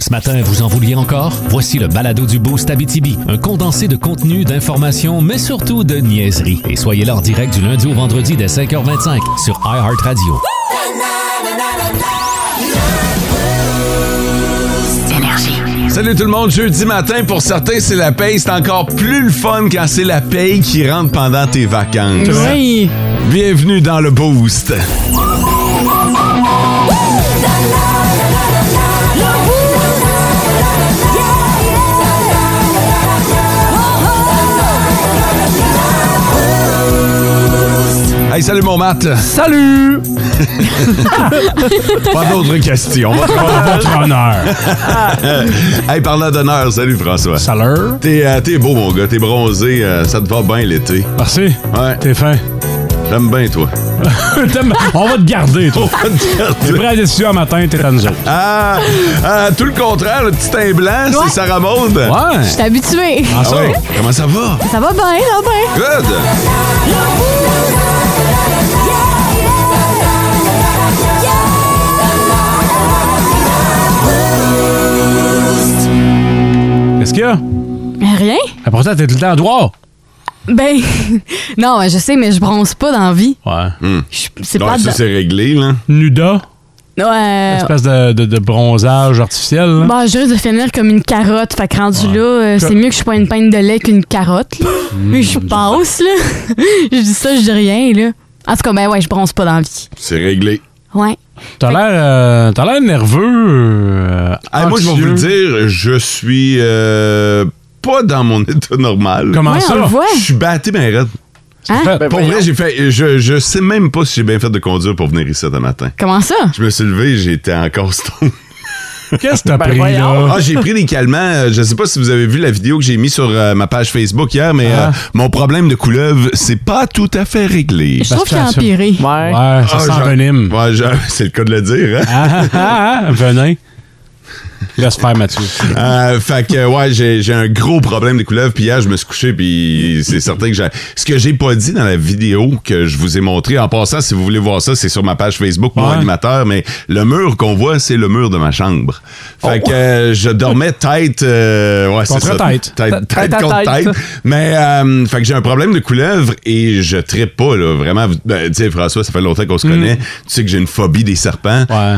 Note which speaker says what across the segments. Speaker 1: Ce matin, vous en vouliez encore? Voici le balado du beau Stabitibi, un condensé de contenu, d'informations, mais surtout de niaiseries. Et soyez là en direct du lundi au vendredi dès 5h25 sur iHeartRadio.
Speaker 2: Salut tout le monde, jeudi matin, pour certains c'est la paye, c'est encore plus le fun quand c'est la paye qui rentre pendant tes vacances.
Speaker 3: Oui.
Speaker 2: Bienvenue dans le Boost. Hey, salut mon Matt.
Speaker 3: Salut!
Speaker 2: Pas d'autres questions. On va te
Speaker 3: Entrepreneur.
Speaker 2: hey, parlant d'honneur, salut François.
Speaker 3: Salut.
Speaker 2: T'es euh, t'es beau, mon gars, t'es bronzé, euh, ça te va bien l'été.
Speaker 3: Merci.
Speaker 2: Ouais.
Speaker 3: T'es fin.
Speaker 2: J'aime bien, toi.
Speaker 3: T'aimes- On va te garder, toi. T'es
Speaker 2: Regarde.
Speaker 3: prêt à décision un matin, t'es à nous autres.
Speaker 2: ah, ah, tout le contraire, le petit teint blanc, c'est Sarah Maud.
Speaker 3: Ouais.
Speaker 4: Je suis habituée.
Speaker 3: En
Speaker 2: Ah
Speaker 3: ça.
Speaker 2: ouais, Comment ça va?
Speaker 4: Ça va bien, ben. ça va bien.
Speaker 2: Good!
Speaker 3: Qu'est-ce qu'il y a?
Speaker 4: Mais Rien?
Speaker 3: Après ça, t'es tout le temps à droit.
Speaker 4: Ben, non, mais je sais, mais je bronze pas dans la vie.
Speaker 3: Ouais.
Speaker 4: Je- C'est
Speaker 2: Donc,
Speaker 4: pas
Speaker 2: ça,
Speaker 4: de...
Speaker 2: c'est réglé, là.
Speaker 3: Nuda,
Speaker 4: Ouais.
Speaker 3: espèce de, de- de bronzage artificiel. là.
Speaker 4: Euh. Bon, je risque de finir comme une carotte. Fait que rendu là, euh, c'est mieux que je sois une pinte de lait qu'une carotte. là. Mais je
Speaker 3: Hmm.
Speaker 4: pense, là. je dis ça, je dis rien, là. En tout cas, ben ouais, je bronze pas dans la vie.
Speaker 2: C'est réglé.
Speaker 4: Ouais.
Speaker 3: T'as l'air euh, t'as l'air nerveux. euh,
Speaker 2: Ah, moi, je vais vous
Speaker 3: anxieux.
Speaker 2: le dire, je suis euh, pas dans mon état normal.
Speaker 3: Comment
Speaker 4: ouais,
Speaker 3: ça?
Speaker 4: on le voit.
Speaker 2: Je suis batté, ben raide.
Speaker 4: Hein?
Speaker 3: Ben,
Speaker 2: Pour vrai, j'ai fait. Je, je sais même pas si j'ai bien fait de conduire pour venir ici ce matin.
Speaker 4: Comment ça?
Speaker 2: Je me suis levé, j'étais encore stone.
Speaker 3: Qu'est-ce que t'as pris,
Speaker 5: voyons.
Speaker 3: là?
Speaker 2: Ah, j'ai pris des calmants. Euh, Je sais pas si vous avez vu la vidéo que j'ai mis sur euh, ma page Facebook hier, mais
Speaker 3: Ah.
Speaker 2: euh, mon problème de couleuvre, c'est pas tout à fait réglé.
Speaker 4: Je trouve qu'il a
Speaker 3: que ça-
Speaker 4: empiré.
Speaker 5: Ouais.
Speaker 3: Ouais, ça
Speaker 2: Ah,
Speaker 3: s'envenime.
Speaker 2: j'en- Ouais, j'en- c'est le cas de le dire, hein?
Speaker 3: Ah, ah, ah, ah, venin. Laisse faire, Mathieu.
Speaker 2: Euh, fait que, ouais, j'ai j'ai un gros problème de couleuvre. Puis hier, je me suis couché, puis c'est certain que j'ai. Ce que j'ai pas dit dans la vidéo que je vous ai montré, en passant, si vous voulez voir ça, c'est sur ma page Facebook, mon
Speaker 3: Ouais.
Speaker 2: animateur, mais le mur qu'on voit, c'est le mur de ma chambre. Fait que euh, je dormais tête. euh, ouais, c'est
Speaker 3: Oh. Contre
Speaker 2: ça.
Speaker 3: tête.
Speaker 2: Tête,
Speaker 5: Tête à
Speaker 2: contre
Speaker 5: tête.
Speaker 2: tête. Mais, euh, fait que j'ai un problème de couleuvre et je trippe pas, là. Vraiment, Ben, tu sais, François, ça fait longtemps qu'on se connaît. Tu sais que j'ai une phobie des serpents.
Speaker 3: Mm. Ouais.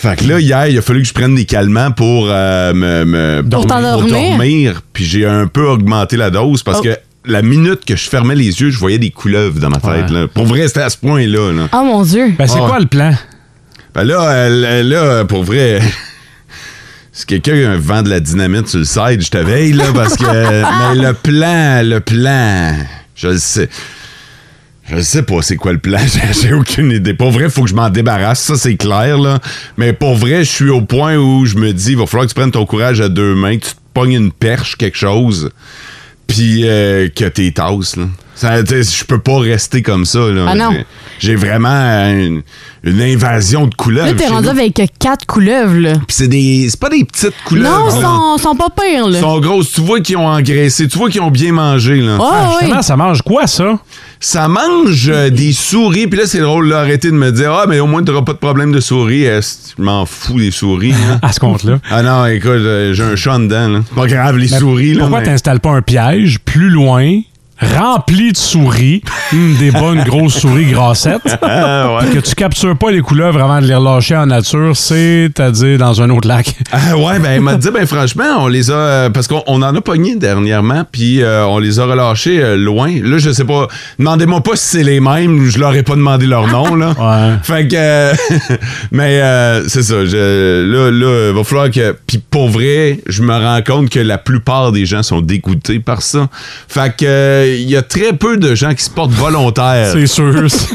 Speaker 2: Fait que là, hier, il a fallu que je prenne des calmants pour euh, me, me-
Speaker 4: Pour t'endormir.
Speaker 2: dormir. Puis j'ai un peu augmenté la dose parce
Speaker 4: Oh.
Speaker 2: que la minute que je fermais les yeux, je voyais des couleuvres dans ma tête.
Speaker 3: Ouais.
Speaker 2: là. Pour vrai, c'était à ce point-là. Là,
Speaker 4: Oh mon Dieu.
Speaker 3: Ben, c'est
Speaker 2: Ah ouais.
Speaker 3: quoi le plan?
Speaker 2: Ben là, euh, là, pour vrai. Si quelqu'un vend de la dynamite sur le side, je te veille, là, parce que. mais le plan, le plan. Je le sais. Je le sais pas c'est quoi le plan, j'ai- j'ai aucune idée. Pour vrai, faut que je m'en débarrasse, ça c'est clair, là. Mais pour vrai, je suis au point où je me dis, il va falloir que tu prennes ton courage à deux mains, que tu te pognes une perche, quelque chose, puis euh, que t'es tasse, là. Ça, tu sais, Je peux pas rester comme ça, là.
Speaker 4: Ah non.
Speaker 2: J'ai- J'ai vraiment euh, une, une invasion de couleurs.
Speaker 4: Là, t'es
Speaker 2: chez
Speaker 4: rendu
Speaker 2: nous.
Speaker 4: avec euh, quatre couleuvres, là.
Speaker 2: Puis c'est des. C'est pas des petites couleurs.
Speaker 4: Non, sont, sont pas pires, là.
Speaker 2: sont grosses. Tu vois qu'ils ont engraissé. Tu vois qu'ils ont bien mangé, là.
Speaker 4: Oh, oui.
Speaker 3: Ah, Justement, ça mange quoi, ça?
Speaker 2: Ça mange euh, des souris. Puis là, c'est drôle, là, arrêtez de me dire Ah, mais au moins, t'auras pas de problème de souris. Euh, c'est- Je m'en fous des souris, là.
Speaker 3: À ce compte-là.
Speaker 2: Ah non, écoute, euh, j'ai un chat en dedans, là. C'est Pas grave, les souris, là.
Speaker 3: Pourquoi
Speaker 2: mais-
Speaker 3: t'installes pas un piège plus loin, rempli de souris, hum, des bonnes grosses souris grassettes,
Speaker 2: Ah, ouais.
Speaker 3: que tu captures pas les couleuvres avant de les relâcher en nature, c'est-à-dire dans un autre lac.
Speaker 2: Ah ouais, ben, elle m'a dit, ben, franchement, on les a. euh, parce qu'on on en a pogné dernièrement, puis euh, on les a relâchés euh, loin. Là, je sais pas. Demandez-moi pas si c'est les mêmes, je leur ai pas demandé leur nom, là.
Speaker 3: Ouais.
Speaker 2: Fait que. euh, mais euh, c'est ça. Je, là, là, va falloir que. Puis pour vrai, je me rends compte que la plupart des gens sont dégoûtés par ça. Fait que. euh, Il y a très peu de gens qui se portent volontaires.
Speaker 3: C'est sûr.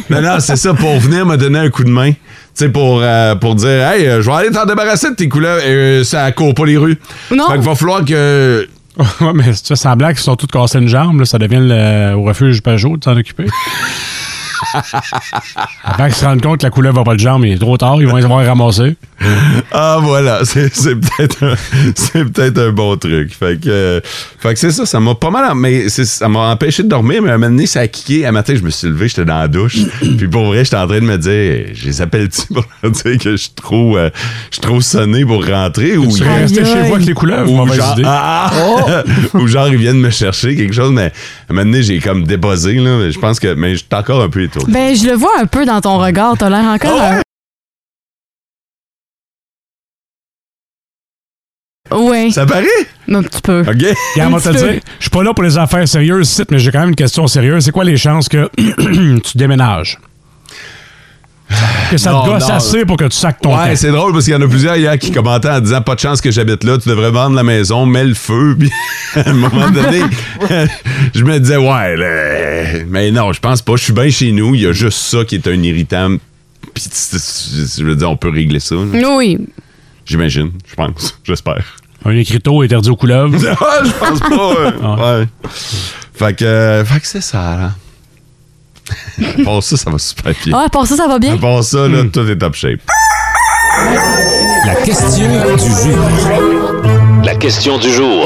Speaker 2: Non, non, c'est ça, pour venir me donner un coup de main. Tu sais, pour, euh, pour dire, hey, euh, je vais aller t'en débarrasser de tes couleurs. Euh, ça court pas les rues.
Speaker 4: Non.
Speaker 2: Fait qu'il va falloir que.
Speaker 3: ouais, mais si tu fais semblant qu'ils sont tous cassés une jambe, là, ça devient le, au refuge Peugeot de t'en occuper. Avant qu'ils se rendent compte que la couleuvre va pas de jambe, il est trop tard, ils vont les avoir ramassés.
Speaker 2: Ah voilà, c'est c'est peut-être un, c'est peut-être un bon truc. Fait que, euh, fait que c'est ça, ça m'a pas mal, em- mais c'est- ça m'a empêché de dormir. Mais à un moment donné, ça a kické. Un matin, je me suis levé, j'étais dans la douche. puis pour vrai, j'étais en train de me dire, je les appelle-tu pour leur dire que je suis trop, euh, je suis trop sonné pour rentrer ou
Speaker 3: Tu
Speaker 2: ils-
Speaker 3: serais resté
Speaker 4: Aïe,
Speaker 3: chez
Speaker 4: aïe.
Speaker 3: vous avec les couleuvres,
Speaker 2: ou
Speaker 3: mauvaise
Speaker 2: genre,
Speaker 3: idée.
Speaker 2: ah, ah! ou genre ils viennent me chercher quelque chose, mais à un moment donné, j'ai comme déposé là. mais Je pense que, mais j'étais encore un peu étourdi.
Speaker 4: Ben, je le vois un peu dans ton regard. T'as l'air encore.
Speaker 2: Ah
Speaker 4: un- Ouais,
Speaker 2: Ça paraît,
Speaker 4: un petit peu.
Speaker 2: ok?
Speaker 3: Regarde, moi,
Speaker 4: Un
Speaker 3: te
Speaker 4: petit peu.
Speaker 3: dire, je suis pas là pour les affaires sérieuses, site, mais j'ai quand même une question sérieuse. C'est quoi les chances que tu déménages? Que ça
Speaker 2: Non,
Speaker 3: te gosse
Speaker 2: non.
Speaker 3: assez pour que tu sacs ton
Speaker 2: Ouais,
Speaker 3: camp.
Speaker 2: c'est drôle parce qu'il y en a plusieurs hier qui commentaient en disant pas de chance que j'habite là, tu devrais vendre la maison, mets le feu. Puis à un moment donné, je me disais ouais, là, mais non, je pense pas, je suis bien chez nous, il y a juste ça qui est un irritant. Puis c'est- c'est- je veux dire, on peut régler ça. là.
Speaker 4: Oui.
Speaker 2: J'imagine, je pense, j'espère.
Speaker 3: Un écriteau interdit aux couleuvres.
Speaker 2: Ah, je pense pas. euh, Ouais. Fait que, euh, fait que c'est ça. Là. Pour ça, ça va super bien.
Speaker 4: Ah, pour ça, ça va bien?
Speaker 2: Pour ça, là, tout est top shape.
Speaker 1: La question du jour.
Speaker 5: La question du jour.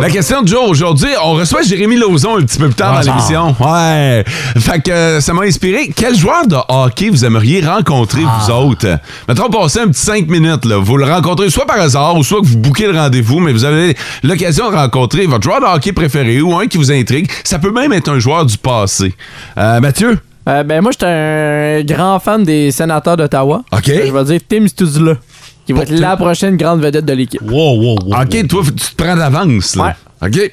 Speaker 2: La question du jour aujourd'hui, on reçoit Jérémy Lauzon un petit peu plus tard
Speaker 3: Ah.
Speaker 2: dans l'émission. Ouais. Fait que euh, ça m'a inspiré. Quel joueur de hockey vous aimeriez rencontrer, vous autres? Mettons passer un petit 5 minutes, là. Vous le rencontrez soit par hasard ou soit que vous bouquez le rendez-vous, mais vous avez l'occasion de rencontrer votre joueur de hockey préféré ou un qui vous intrigue. Ça peut même être un joueur du passé. Euh, Mathieu?
Speaker 6: Euh, ben moi, j'étais un grand fan des sénateurs d'Ottawa. Euh,
Speaker 2: OK.
Speaker 6: Je vais dire Tim Stuzula, qui va être la prochaine grande vedette de l'équipe.
Speaker 3: Wow, wow, wow.
Speaker 2: OK, toi, tu te prends d'avance, là. OK.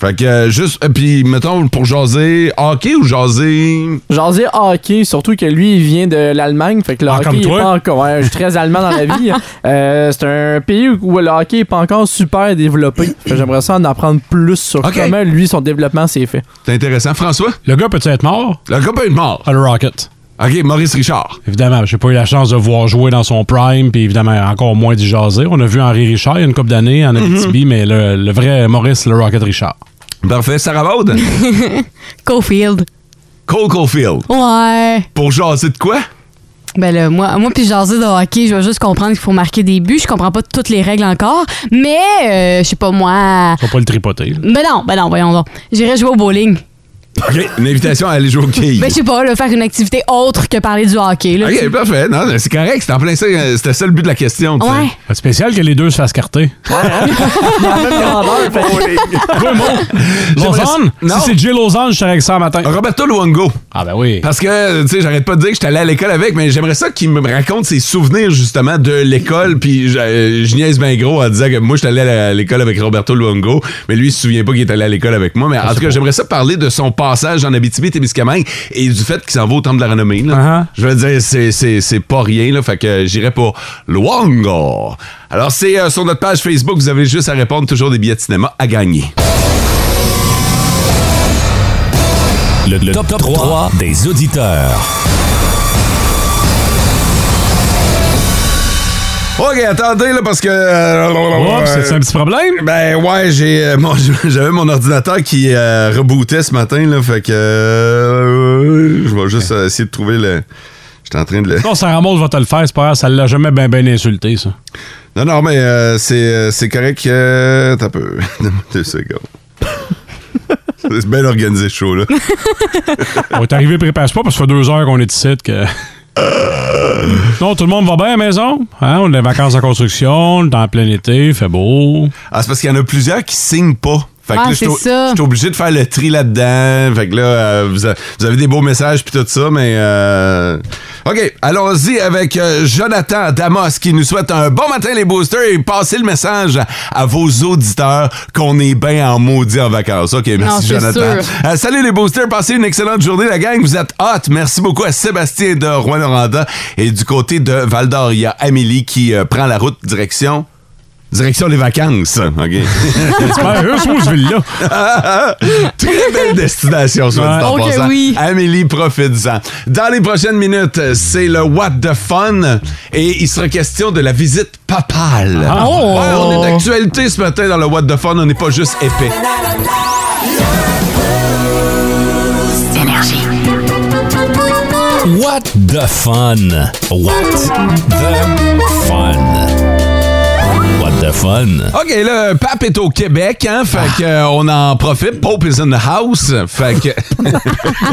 Speaker 2: Fait que euh, juste, euh, puis mettons, pour jaser hockey ou jaser...
Speaker 6: J'en dis hockey, surtout que lui, il vient de l'Allemagne. Fait que le
Speaker 3: Ah, comme
Speaker 6: hockey, il est
Speaker 3: toi.
Speaker 6: pas encore. ouais, je suis très allemand dans la vie. Euh, c'est un pays où le hockey est pas encore super développé. Fait que J'aimerais ça en apprendre plus sur
Speaker 2: OK.
Speaker 6: comment lui, son développement s'est fait.
Speaker 2: C'est intéressant. François?
Speaker 3: Le gars peut être mort?
Speaker 2: Le copain est mort.
Speaker 3: Ah, le Rocket.
Speaker 2: OK, Maurice Richard.
Speaker 3: Évidemment, j'ai pas eu la chance de voir jouer dans son prime, puis évidemment, encore moins d'y jaser. On a vu Henri Richard il y a une couple d'années en
Speaker 2: Mhm.
Speaker 3: Abitibi, mais le, le vrai Maurice, le Rocket Richard.
Speaker 2: Parfait. Sarah Vaud?
Speaker 4: Cofield.
Speaker 2: Cole Caulfield.
Speaker 4: Ouais.
Speaker 2: Pour jaser de quoi?
Speaker 4: Ben là, moi, moi puis jaser de hockey, je veux juste comprendre qu'il faut marquer des buts. Je comprends pas toutes les règles encore, mais euh, je sais pas moi.
Speaker 3: Faut pas le tripoter. là.
Speaker 4: Ben non, ben non, voyons donc. J'irais jouer au bowling.
Speaker 2: OK, une invitation à aller jouer au quai.
Speaker 4: Ben je sais pas, là, faire une activité autre que parler du hockey. Là.
Speaker 2: OK, parfait. Non, non, c'est correct. C'était en plein ça. euh, C'était ça le but de la question. tu sais.
Speaker 4: Ouais.
Speaker 3: C'est spécial que les deux se fassent carter.
Speaker 2: J'aimerais-
Speaker 3: Lausanne?
Speaker 2: Non.
Speaker 3: Si c'est Jay Lausanne, je serais avec ça le matin.
Speaker 2: Roberto Luongo.
Speaker 3: Ah ben oui.
Speaker 2: Parce que, tu sais, j'arrête pas de dire que j'étais allé à l'école avec, mais j'aimerais ça qu'il me raconte ses souvenirs, justement, de l'école. Puis je euh, je niaise bien gros en disant que moi, j'étais allé à l'école avec Roberto Luongo, mais lui, il se souvient pas qu'il est allé à l'école avec moi. Mais en tout cas, j'aimerais ça parler de son passage en Abitibi-Témiscamingue et du fait qu'il s'en va au Temple de la Renommée. là.
Speaker 3: Uh-huh.
Speaker 2: Je veux dire, c'est- c'est c'est pas rien, là. Fait que j'irai pour Luongo. Alors, c'est euh, sur notre page Facebook, vous avez juste à répondre toujours des billets de cinéma à gagner.
Speaker 1: Le, le top, 3 des auditeurs.
Speaker 2: OK, attendez, là, parce que. euh,
Speaker 3: Oups, c'est un petit problème?
Speaker 2: Ben ouais, j'ai euh, mon- j'avais mon ordinateur qui euh, rebootait ce matin là, fait que euh, je vais juste euh, essayer de trouver le J'étais en train de le
Speaker 3: Non, Sarah Maud va te le faire, c'est pas grave, ça l'a jamais bien ben insulté, ça.
Speaker 2: Non non, mais euh, c'est euh, c'est correct que t'as peu. Donne-moi deux secondes. c'est bien organisé ce show là.
Speaker 3: On est arrivé, prépare pas, parce que ça fait deux heures qu'on est ici que... Non, tout le monde va bien à la maison. Hein? On a des vacances en construction, on est en plein été, il fait beau.
Speaker 2: Ah, c'est parce qu'il y en a plusieurs qui signent pas. Fait que
Speaker 4: Ah,
Speaker 2: là, je suis
Speaker 4: c'est
Speaker 2: au-
Speaker 4: ça.
Speaker 2: je suis obligé de faire le tri là-dedans. Fait que là, euh, vous, a- vous avez des beaux messages puis tout ça, mais... euh, OK, allons-y avec euh, Jonathan Damas qui nous souhaite un bon matin, les boosters, et passez le message à, à vos auditeurs qu'on est bien en maudit en vacances. OK, merci
Speaker 4: c'est
Speaker 2: Jonathan.
Speaker 4: sûr.
Speaker 2: Euh, salut les boosters, passez une excellente journée, la gang. Vous êtes hot. Merci beaucoup à Sébastien de Rouen-Noranda. Et du côté de Val-d'Or, il y a Amélie qui euh, prend la route direction... Direction les vacances. OK.
Speaker 3: C'est pas heureux, ce ville-là.
Speaker 2: Très belle destination, soit dit en
Speaker 4: Ouais. Ok,
Speaker 2: passant.
Speaker 4: oui.
Speaker 2: Amélie, profite-en. Dans les prochaines minutes, c'est le What the Fun et il sera question de la visite papale.
Speaker 4: Oh!
Speaker 2: Ouais, on est d'actualité ce matin dans le What the Fun, on n'est pas juste épais.
Speaker 7: Énergie.
Speaker 1: What the fun? What the fun? What the fun?
Speaker 2: OK, là, Pape est au Québec, hein? Fait que, euh, on en profite. Pope is in the house. Fait que.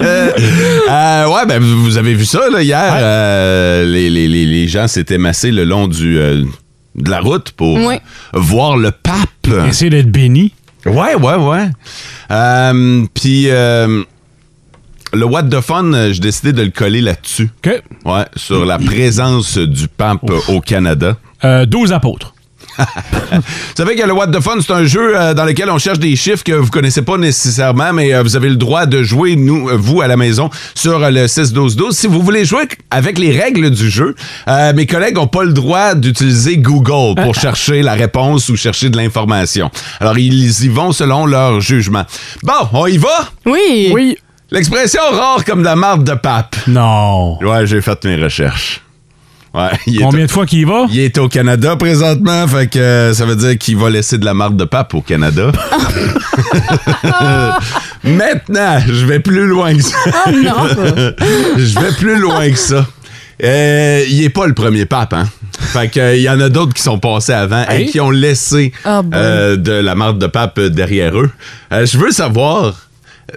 Speaker 2: Euh, ouais, ben, vous vous avez vu ça, là, hier. euh, les, les- les- les gens s'étaient massés le long du, euh, de la route pour
Speaker 4: Oui.
Speaker 2: voir le pape.
Speaker 3: Essayer d'être béni.
Speaker 2: Ouais, ouais, ouais. Euh, Puis, euh, le What the Fun, euh, j'ai décidé de le coller là-dessus.
Speaker 3: OK.
Speaker 2: Ouais, sur la présence du pape au Canada.
Speaker 3: Euh, 12 apôtres.
Speaker 2: Vous savez que le What the Fun, c'est un jeu euh, dans lequel on cherche des chiffres que vous connaissez pas nécessairement, mais euh, vous avez le droit de jouer, nous, euh, vous, à la maison, sur euh, le 6-12-12. Si vous voulez jouer avec les règles du jeu, euh, mes collègues n'ont pas le droit d'utiliser Google pour chercher la réponse ou chercher de l'information. Alors, ils y vont selon leur jugement. Bon, on y va?
Speaker 4: Oui.
Speaker 6: Oui.
Speaker 2: L'expression rare comme de la marde de pape.
Speaker 3: Non.
Speaker 2: Ouais, j'ai fait mes recherches. Ouais, il est
Speaker 3: Combien de fois qu'il y va?
Speaker 2: il est au Canada présentement, fait que euh, ça veut dire qu'il va laisser de la marque de pape au Canada. Maintenant, je vais plus loin que ça.
Speaker 4: Oh non.
Speaker 2: Je vais plus loin que ça. Euh, il est pas le premier pape, hein. Fait que euh, il y en a d'autres qui sont passés avant et qui ont laissé
Speaker 4: Ah bon?
Speaker 2: euh, de la marque de pape derrière eux. Euh, je veux savoir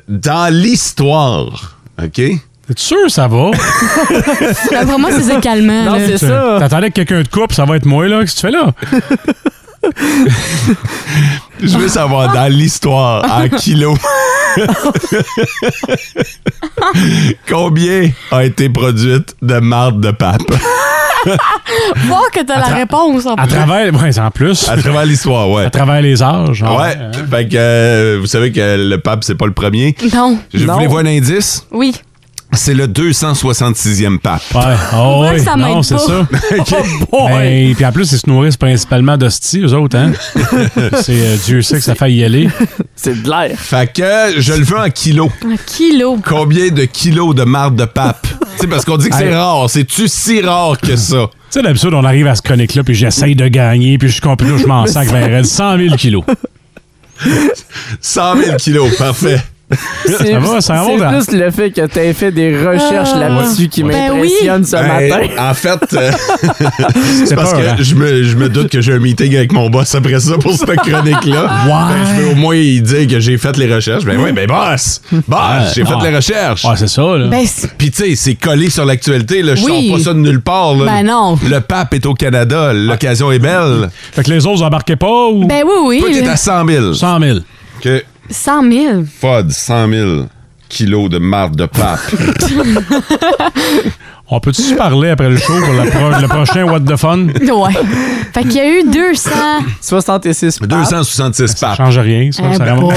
Speaker 2: dans l'histoire, ok?
Speaker 3: T'es sûr ça va?
Speaker 4: Ben, Pour moi, c'est calmant.
Speaker 6: Non,
Speaker 4: là.
Speaker 6: c'est ça.
Speaker 3: T'attendais que quelqu'un te coupe, ça va être moi, là. Qu'est-ce que tu fais là?
Speaker 2: Je veux savoir dans l'histoire, en kilos, combien a été produite de marde de pape
Speaker 4: Voir que t'as la réponse en
Speaker 3: À
Speaker 4: plus.
Speaker 3: travers. Ouais, c'est en plus.
Speaker 2: à travers l'histoire, ouais.
Speaker 3: À travers les âges.
Speaker 2: Ouais,
Speaker 3: ah
Speaker 2: fait que euh, vous savez que le pape, c'est pas le premier.
Speaker 4: Non.
Speaker 2: Je
Speaker 6: Non.
Speaker 2: voulais voir un indice.
Speaker 4: Oui.
Speaker 2: C'est le 266e pape.
Speaker 3: Ouais, ah
Speaker 4: vrai
Speaker 3: ouais,
Speaker 4: que ça m'aide
Speaker 3: non, c'est
Speaker 4: pas.
Speaker 3: ça.
Speaker 6: Oh boy.
Speaker 3: Ben, puis en plus, ils se nourrissent principalement d'hosties, eux autres, hein? c'est euh, Dieu sait que ça fait y aller.
Speaker 6: C'est de l'air.
Speaker 2: Fait que je le veux en kilos.
Speaker 4: Un kilo.
Speaker 2: Combien de kilos de marde de pape? Tu sais, parce qu'on dit que c'est rare. C'est-tu si rare que ça?
Speaker 3: Tu sais, d'habitude, on arrive à ce chronique-là, puis j'essaye de gagner, puis je suis complet, je m'en sac vers elle. 100 000 kilos.
Speaker 2: 100 000 kilos, parfait.
Speaker 6: C'est
Speaker 3: va, ça
Speaker 6: c'est
Speaker 3: va, hein?
Speaker 6: juste le fait que t'aies fait des recherches
Speaker 4: Ah.
Speaker 6: là-dessus qui
Speaker 4: Ouais. Ben oui.
Speaker 6: m'impressionnent ce
Speaker 2: Ben,
Speaker 6: matin.
Speaker 2: En fait, euh, c'est parce
Speaker 3: peur,
Speaker 2: que
Speaker 3: hein?
Speaker 2: je, me, je me doute que j'ai un meeting avec mon boss après ça pour cette chronique-là.
Speaker 3: Ouais.
Speaker 2: Ben, je veux au moins y dire que j'ai fait les recherches. Ben oui, ben boss! Boss, j'ai
Speaker 3: Ouais.
Speaker 2: fait les recherches!
Speaker 3: Ouais, c'est ça, là.
Speaker 4: Ben, c'est-
Speaker 2: Puis tu sais, c'est collé sur l'actualité. là. Je
Speaker 4: Oui.
Speaker 2: sors pas ça de nulle part. là.
Speaker 4: Ben non.
Speaker 2: Le pape est au Canada. L'occasion est belle.
Speaker 3: Fait que les autres embarquaient pas ou.
Speaker 4: ben oui,
Speaker 2: Toi,
Speaker 4: oui.
Speaker 2: t'es à 100 000.
Speaker 3: 100 000.
Speaker 2: OK.
Speaker 4: 100 000.
Speaker 2: Fod, 100 000 kilos de marde de pape.
Speaker 3: On peut-tu se parler après le show pour la pro- le prochain What the Fun?
Speaker 4: Ouais. Fait qu'il y a eu 200.
Speaker 6: 66 papes.
Speaker 2: 266
Speaker 3: Ça
Speaker 2: papes.
Speaker 3: change rien, ça.
Speaker 4: Hein,
Speaker 3: ça vraiment-
Speaker 4: boy.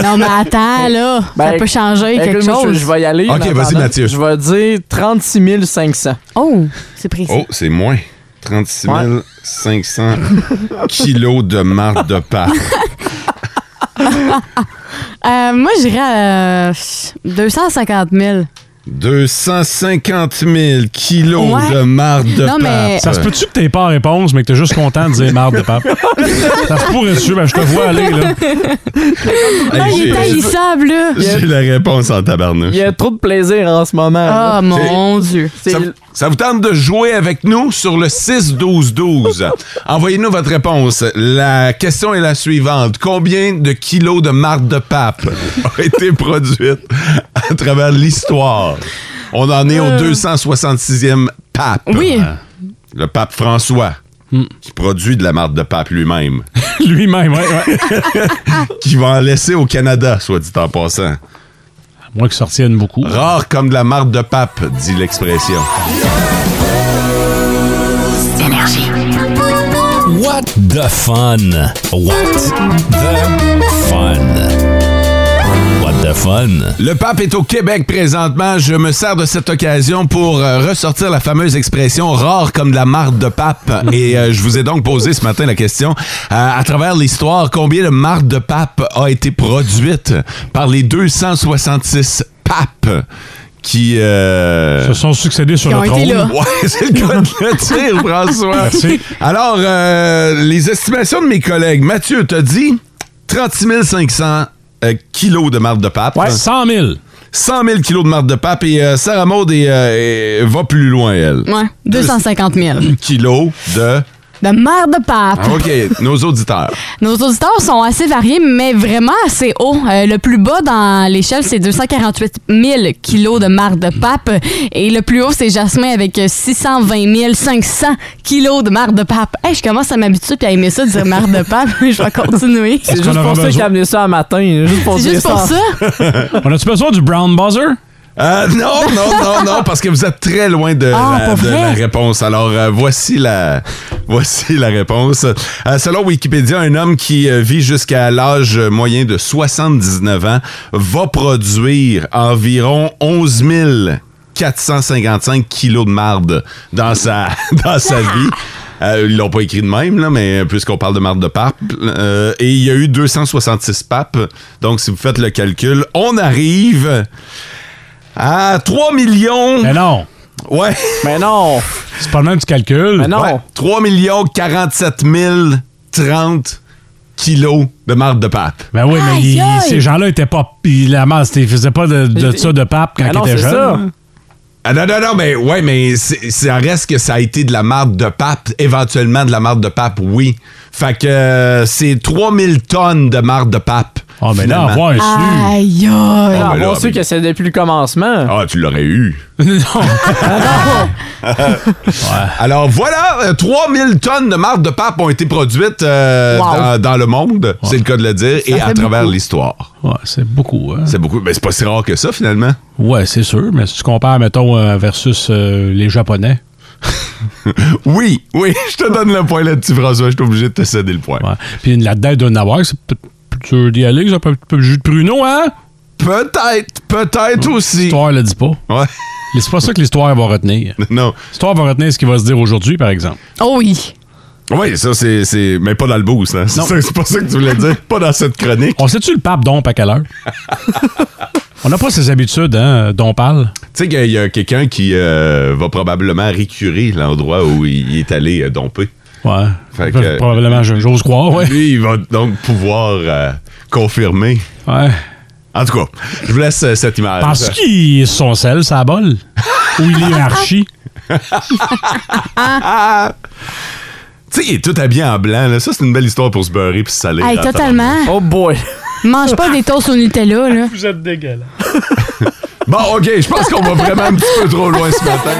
Speaker 4: non, mais attends, là. ça
Speaker 6: Ben,
Speaker 4: peut changer
Speaker 6: Écoute,
Speaker 4: quelque
Speaker 6: moi, je-
Speaker 4: chose.
Speaker 6: Je vais y aller.
Speaker 2: Ok,
Speaker 6: en
Speaker 2: vas-y,
Speaker 6: attendant.
Speaker 2: Mathieu.
Speaker 6: Je vais dire 36 500.
Speaker 4: Oh, c'est précis.
Speaker 2: Oh, c'est moins. 36
Speaker 6: Ouais.
Speaker 2: 500 kilos de marde de pape.
Speaker 4: Euh, moi, j'irais à euh, 250 000.
Speaker 2: 250 000 kilos
Speaker 4: Ouais.
Speaker 2: de marde de
Speaker 4: Non,
Speaker 2: pape.
Speaker 4: mais-
Speaker 3: Ça se peut-tu que t'aies pas en réponse, mais que t'es juste content de dire marre de pape? ça se pourrait-tu? Ben, je te vois aller, là.
Speaker 4: Ah,
Speaker 2: Hey,
Speaker 4: il est
Speaker 2: j'ai-
Speaker 4: taillissable, là.
Speaker 2: J'ai la réponse en tabarnouche.
Speaker 6: Il y a trop de plaisir en ce moment. là.
Speaker 4: Oh, mon Dieu.
Speaker 6: C'est-
Speaker 2: Ça, ça vous tente de jouer avec nous sur le 6-12-12. Envoyez-nous votre réponse. La question est la suivante. Combien de kilos de marde de pape a été produite à travers l'histoire? On en est au 266e pape.
Speaker 4: Oui.
Speaker 2: Le pape François, qui produit de la marde de pape lui-même,
Speaker 3: Lui-même, ouais, ouais.
Speaker 2: qui va en laisser au Canada, soit dit en passant.
Speaker 3: À moins qu'ils sortiennent beaucoup.
Speaker 2: Rare comme de la marde de pape, dit l'expression.
Speaker 7: Énergie.
Speaker 1: What the fun? What the fun? What the fun?
Speaker 2: Le pape est au Québec présentement. Je me sers de cette occasion pour euh, ressortir la fameuse expression rare comme de la marde de pape. Et euh, je vous ai donc posé ce matin la question, euh, à travers l'histoire, combien de marde de pape a été produite par les 266 papes qui... euh,
Speaker 3: Se sont succédés sur
Speaker 4: Ils
Speaker 3: le
Speaker 4: ont été
Speaker 3: trône.
Speaker 4: là.
Speaker 2: Ouais, c'est le cas de le dire, François.
Speaker 3: Merci.
Speaker 2: Alors, euh, les estimations de mes collègues. Mathieu, t'as dit 36 500 euh, kilos de marde de pape.
Speaker 3: Ouais, 100 000.
Speaker 2: 100 000 kilos de marde de pape et euh, Sarah Maud est, euh, est- va plus loin, elle.
Speaker 4: Ouais, 250 000.
Speaker 2: Kilos de...
Speaker 4: De merde de pape.
Speaker 2: Ah OK, nos auditeurs.
Speaker 4: Nos auditeurs sont assez variés, mais vraiment assez hauts. Euh, le plus bas dans l'échelle, c'est 248 000 kilos de marde de pape. Et le plus haut, c'est Jasmin avec 620 500 kilos de marde de pape. Hey, je commence à m'habituer puis à aimer ça, dire marde de pape. je vais continuer.
Speaker 6: C'est
Speaker 3: qu'on
Speaker 6: juste
Speaker 3: aura
Speaker 6: pour ça
Speaker 3: besoin?
Speaker 6: qu'il a amené ça un matin. Juste pour
Speaker 4: C'est
Speaker 6: dire
Speaker 4: juste pour ça.
Speaker 3: On a-tu besoin du brown buzzer?
Speaker 2: Euh, non, non, non, non, parce que vous êtes très loin de,
Speaker 4: Ah,
Speaker 2: la,
Speaker 4: pour
Speaker 2: de
Speaker 4: vrai?
Speaker 2: la réponse. Alors, euh, voici, la, voici la réponse. Euh, selon Wikipédia, un homme qui euh, vit jusqu'à l'âge moyen de 79 ans va produire environ 11 455 kilos de marde dans sa, dans
Speaker 4: Ah!
Speaker 2: sa vie. Euh, ils l'ont pas écrit de même, là, mais euh, puisqu'on parle de marde de pape. euh, et il y a eu 266 papes. Donc, si vous faites le calcul, on arrive à 3 Ah, millions.
Speaker 3: Mais non.
Speaker 2: Ouais.
Speaker 6: Mais non,
Speaker 3: C'est pas le même petit calcul.
Speaker 6: mais non.
Speaker 2: ouais. 3 millions 47 000 30 kilos de marde de pape.
Speaker 3: Ben oui, mais
Speaker 4: Aïe,
Speaker 3: il-
Speaker 4: aïe.
Speaker 3: ces gens-là étaient pas. Ils, la masse, ils faisaient pas de, de ça de pape quand
Speaker 6: Mais
Speaker 3: ils
Speaker 6: non,
Speaker 3: étaient
Speaker 6: c'est ça.
Speaker 3: jeunes.
Speaker 2: Ah non, non, non, mais ouais, mais c'est- ça reste que ça a été de la marde de pape, éventuellement de la marde de pape, oui. Fait que euh, c'est 3000 tonnes de marde de pape.
Speaker 3: Ah, mais là,
Speaker 2: finalement.
Speaker 3: avoir un su.
Speaker 4: Aïe, aïe.
Speaker 2: Ah,
Speaker 6: Ah,
Speaker 2: ben là,
Speaker 6: bon, ceux
Speaker 2: mais-
Speaker 6: que c'est depuis le commencement.
Speaker 2: Ah, tu l'aurais eu. Alors voilà, euh, 3000 tonnes de marde de pape ont été produites euh,
Speaker 4: Wow.
Speaker 2: dans, dans le monde, c'est le cas de le dire, et à
Speaker 4: fait
Speaker 2: travers
Speaker 4: beaucoup.
Speaker 2: l'histoire.
Speaker 3: Ouais, c'est beaucoup, hein?
Speaker 2: C'est beaucoup, mais c'est pas si rare que ça finalement.
Speaker 3: Ouais, c'est sûr, mais si tu compares, mettons, euh, versus euh, les Japonais.
Speaker 2: Oui, oui, je te donne le point là-dessus, François. Je suis obligé de te céder le point.
Speaker 3: Ouais. Puis la dette d'un avoir, c'est peut-être plus dur d'y aller, c'est un peu, peu jus de pruneau, hein?
Speaker 2: Peut-être, peut-être aussi.
Speaker 3: L'histoire le dit pas.
Speaker 2: Ouais,
Speaker 3: Mais C'est pas ça que l'histoire va retenir.
Speaker 2: non.
Speaker 3: L'histoire va retenir ce qui va se dire aujourd'hui, par exemple.
Speaker 4: Oh oui.
Speaker 2: Oui, ça, c'est. c'est- Mais pas dans le boost, hein. C'est
Speaker 3: Non.
Speaker 2: ça- c'est pas ça que tu voulais dire. Pas dans cette chronique.
Speaker 3: On sait-tu le pape Dompe à quelle heure? On n'a pas ces habitudes, hein, dont on parle.
Speaker 2: Tu sais qu'il y a quelqu'un qui euh, va probablement récurer l'endroit où il est allé euh, domper.
Speaker 3: Ouais.
Speaker 2: Fait que- euh,
Speaker 3: Probablement, je- j'ose croire, ouais.
Speaker 2: Lui, il va donc pouvoir euh, confirmer.
Speaker 3: ouais.
Speaker 2: En tout cas, je vous laisse euh, cette image.
Speaker 3: Parce qu'ils sont sel, ça bol. Ou il est archi.
Speaker 2: Tu sais, il est tout habillé en blanc. Là. Ça, c'est une belle histoire pour se beurrer puis se saler.
Speaker 4: Hey,
Speaker 2: là,
Speaker 4: totalement.
Speaker 6: Oh boy.
Speaker 4: Mange pas des toasts au Nutella, là.
Speaker 3: Vous êtes dégueulasse.
Speaker 2: Bon, OK, je pense qu'on va vraiment un petit peu trop loin ce matin.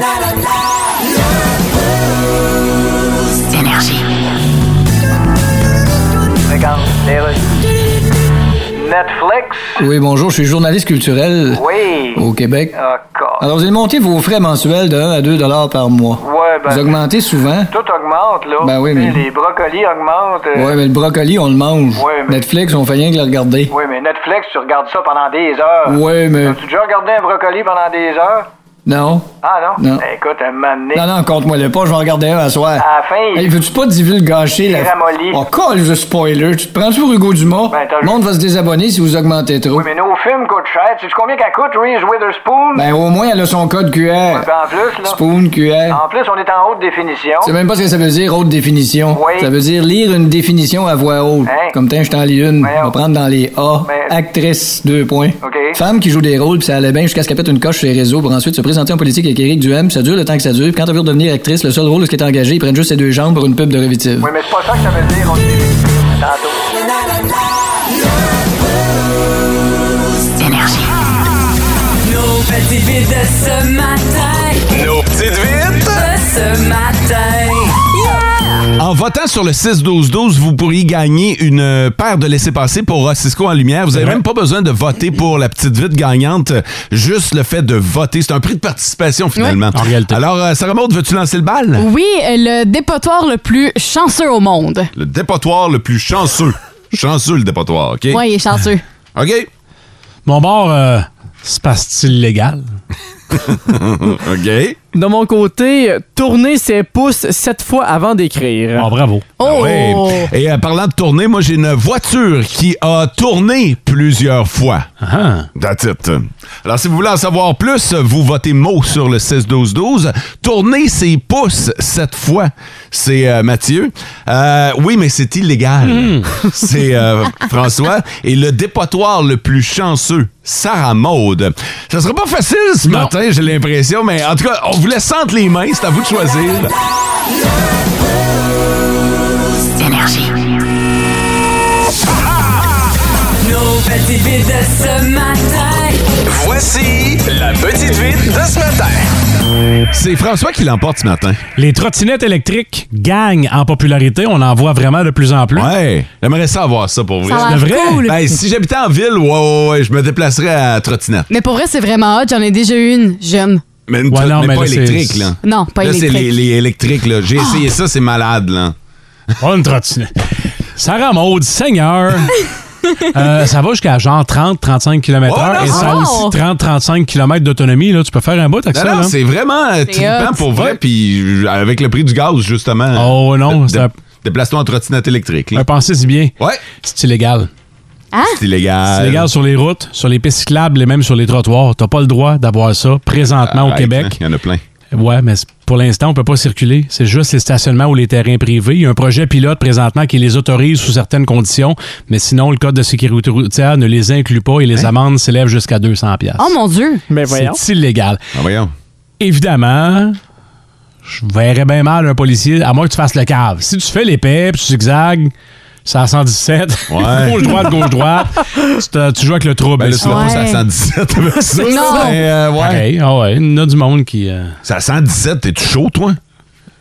Speaker 7: Netflix?
Speaker 8: Oui, bonjour, je suis journaliste culturel
Speaker 7: Oui.
Speaker 8: au Québec.
Speaker 7: Ah, God.
Speaker 8: Alors, vous avez monté vos frais mensuels de 1 à 2 dollars par mois.
Speaker 7: Ouais, ben,
Speaker 8: Vous augmentez souvent.
Speaker 7: tout augmente, là.
Speaker 8: Ben oui, mais-
Speaker 7: Les brocolis augmentent. euh,
Speaker 8: Ouais, mais le brocoli, on le mange.
Speaker 7: Ouais, mais-
Speaker 8: Netflix, on fait rien que le regarder.
Speaker 7: Oui, mais Netflix, tu regardes ça pendant des heures.
Speaker 8: Ouais, mais...
Speaker 7: As-tu déjà regardé un brocoli pendant des heures?
Speaker 8: Non.
Speaker 7: Ah non?
Speaker 8: Non.
Speaker 7: Eh, écoute, un moment donné,
Speaker 8: Non, non, compte-moi-le pas, je vais en regarder un à soir.
Speaker 7: à la fin,
Speaker 8: Hey, veux-tu pas divulgacher
Speaker 7: Il
Speaker 8: la...
Speaker 7: ramollit.
Speaker 8: Oh, colle ce spoiler. Tu te prends-tu pour Hugo Dumas?
Speaker 7: Ben, t'as-
Speaker 8: le monde va se désabonner si vous augmentez trop.
Speaker 7: mais nos films coûtent cher. Tu sais combien qu'elle coûte, Reese Witherspoon?
Speaker 8: Ben, au moins, elle a son code QR.
Speaker 7: Puis en plus, ben, là. Ah,
Speaker 8: Spoon QR.
Speaker 7: En plus, on est en haute définition.
Speaker 8: Tu sais même pas ce que ça veut dire, haute définition.
Speaker 7: Oui.
Speaker 8: Ça veut dire lire une définition à voix haute.
Speaker 7: Hein?
Speaker 8: Comme tiens, je t'en lis une.
Speaker 7: Voyons.
Speaker 8: On va prendre dans les A.
Speaker 7: Mais-
Speaker 8: Actrice, deux points.
Speaker 7: OK.
Speaker 8: Femme qui joue des rôles, puis ça allait bien jusqu'à ce qu'elle pète une coche sur les réseaux pour ensuite se présenter en politique avec Éric Duhem. Ça dure le temps que ça dure. Puis quand elle veut devenir actrice, le seul rôle où ce qui est engagé, ils prennent juste ses deux jambes pour une pub de Revitive.
Speaker 7: Oui, mais c'est pas ça que ça veut dire. On est tantôt.
Speaker 9: Nos petites vites de ce matin,
Speaker 2: Nos petites vites.
Speaker 9: de ce matin. Yeah!
Speaker 2: En votant sur le 6-12-12, vous pourriez gagner une euh, paire de laissés-passer pour Rossisco en lumière. Vous n'avez même pas besoin de voter pour la petite vite gagnante. Juste le fait de voter. C'est un prix de participation, finalement.
Speaker 3: En réalité.
Speaker 2: Alors, euh, Sarah Maud, veux-tu lancer le bal?
Speaker 4: Oui, euh, le dépotoir le plus chanceux au monde.
Speaker 2: Le dépotoir le plus chanceux. chanceux, le dépotoir, OK?
Speaker 4: Ouais, il est chanceux.
Speaker 2: OK?
Speaker 3: Mon bord, euh, se passe-t-il légal?
Speaker 2: OK.
Speaker 6: De mon côté, tourner ses pouces sept fois avant d'écrire.
Speaker 3: Ah, bravo.
Speaker 4: Oh!
Speaker 2: Ouais. Et euh, parlant de tourner, moi, j'ai une voiture qui a tourné plusieurs fois.
Speaker 3: Ah,
Speaker 2: That's it. Alors, si vous voulez en savoir plus, vous votez mot sur le 16-12-12. Tournez ses pouces cette fois, c'est euh, Mathieu. Euh, oui, mais c'est illégal. C'est euh, François. Et le dépotoir le plus chanceux Sarah Maude. Ça sera pas facile ce matin, j'ai l'impression, mais en tout cas, on vous laisse entre les mains, c'est à vous de choisir.
Speaker 9: Nos petites vites de ce matin.
Speaker 10: Voici la petite vite de ce matin.
Speaker 2: C'est François qui l'emporte ce matin.
Speaker 3: Les trottinettes électriques gagnent en popularité. On en voit vraiment de plus en plus.
Speaker 2: Ouais, j'aimerais ça avoir ça pour vrai.
Speaker 4: Ça a l'air
Speaker 3: C'est vrai?
Speaker 4: cool.
Speaker 2: Ben, si j'habitais en ville, ouais, ouais, ouais, je me déplacerais à trottinette.
Speaker 4: Mais pour vrai, c'est vraiment hot. J'en ai déjà eu une jeune.
Speaker 2: Mais, une
Speaker 3: Ouais,
Speaker 2: trot-
Speaker 3: non,
Speaker 2: mais
Speaker 3: mais
Speaker 2: pas
Speaker 3: là, c'est-
Speaker 2: électrique, là.
Speaker 4: Non, pas
Speaker 2: Là, c'est
Speaker 4: électrique. Ah!
Speaker 2: les, les électriques, là. J'ai essayé ça, c'est malade, là.
Speaker 3: Pas une trottinette. Sarah Maud, Seigneur! Euh, ça va jusqu'à genre 30-35 km
Speaker 2: Oh,
Speaker 3: h
Speaker 2: non,
Speaker 3: et ça a
Speaker 4: oh!
Speaker 3: aussi 30-35 km d'autonomie. là. Tu peux faire un bout avec
Speaker 2: Non,
Speaker 3: ça.
Speaker 2: non,
Speaker 3: là.
Speaker 2: c'est vraiment euh, trippant
Speaker 4: hot.
Speaker 2: pour vrai,
Speaker 3: Ouais.
Speaker 2: puis euh, avec le prix du gaz, justement. euh,
Speaker 3: Oh, non,
Speaker 2: Dé-
Speaker 3: c'est
Speaker 2: dé-
Speaker 3: un-
Speaker 2: Déplace-toi en trottinette électrique, là.
Speaker 3: Euh, Pensez-y bien.
Speaker 2: Ouais,
Speaker 3: C'est illégal.
Speaker 2: c'est illégal.
Speaker 3: C'est illégal sur les routes, sur les pistes cyclables et même sur les trottoirs. T'as pas le droit d'avoir ça présentement au
Speaker 2: Arrête, hein,
Speaker 3: Québec.
Speaker 2: Il y en a plein.
Speaker 3: Ouais, mais c'est- pour l'instant, on peut pas circuler. C'est juste les stationnements ou les terrains privés. Il y a un projet pilote présentement qui les autorise sous certaines conditions, mais sinon, le Code de sécurité routière ne les inclut pas et les amendes s'élèvent jusqu'à 200 pièces.
Speaker 4: Oh mon Dieu!
Speaker 6: Mais voyons.
Speaker 3: C'est illégal.
Speaker 2: Ah, voyons.
Speaker 3: Évidemment, je verrais bien mal un policier, à moins que tu fasses le cave. Si tu fais l'épée, puis tu zigzagues, c'est à 117.
Speaker 2: Ouais.
Speaker 3: gauche-droite, gauche-droite. Tu, te- tu joues avec le trouble.
Speaker 2: Ben là,
Speaker 3: ici.
Speaker 2: tu vas
Speaker 4: Ouais.
Speaker 2: pas sur la 117 avec ça.
Speaker 4: Non.
Speaker 2: Mais, euh, ouais.
Speaker 3: Pareil, ah ouais, il y en a du monde qui... euh,
Speaker 2: C'est à 117, t'es-tu chaud, toi?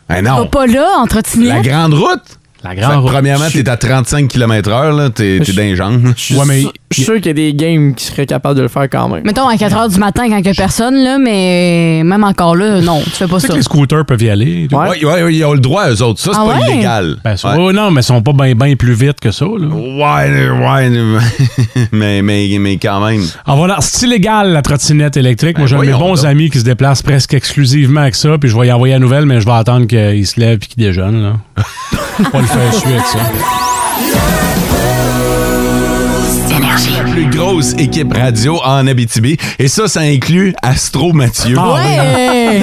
Speaker 2: Ben non.
Speaker 4: Pas, pas là, en
Speaker 2: La
Speaker 4: trottinette.
Speaker 2: grande route?
Speaker 3: la
Speaker 2: Fait que
Speaker 3: grande
Speaker 2: premièrement,
Speaker 3: route.
Speaker 2: t'es à 35 km/h, là, t'es t'es dans les jambes.
Speaker 6: Je suis
Speaker 3: Ouais, mais-
Speaker 6: sûr- je suis sûr qu'il y a des games qui seraient capables de le faire quand même.
Speaker 4: Mettons à 4 h du matin quand il y a personne, là, mais même encore là, non, tu fais pas
Speaker 3: Tu sais
Speaker 4: ça.
Speaker 3: que les scooters peuvent y aller. et tout.
Speaker 6: Ouais.
Speaker 2: Ouais, ouais, ouais, ils ont le droit, eux autres. Ça, c'est
Speaker 4: Ah
Speaker 2: pas
Speaker 4: ouais?
Speaker 2: illégal.
Speaker 3: Ben, ça-
Speaker 2: Ouais.
Speaker 3: oh non, mais ils sont pas bien bien plus vite que ça. Là.
Speaker 2: Ouais, ouais, mais, mais, mais quand même.
Speaker 3: Ah, voilà, c'est illégal la trottinette électrique.
Speaker 2: Ben,
Speaker 3: Moi, j'ai mes
Speaker 2: voyons
Speaker 3: bons
Speaker 2: donc.
Speaker 3: amis qui se déplacent presque exclusivement avec ça, puis je vais y envoyer la nouvelle, mais je vais attendre qu'ils se lèvent et qu'ils déjeunent. Là. Faut pas le faire suer avec ça.
Speaker 2: La plus grosse équipe radio en Abitibi. Et ça, ça inclut Astro Mathieu.
Speaker 4: Ah, ben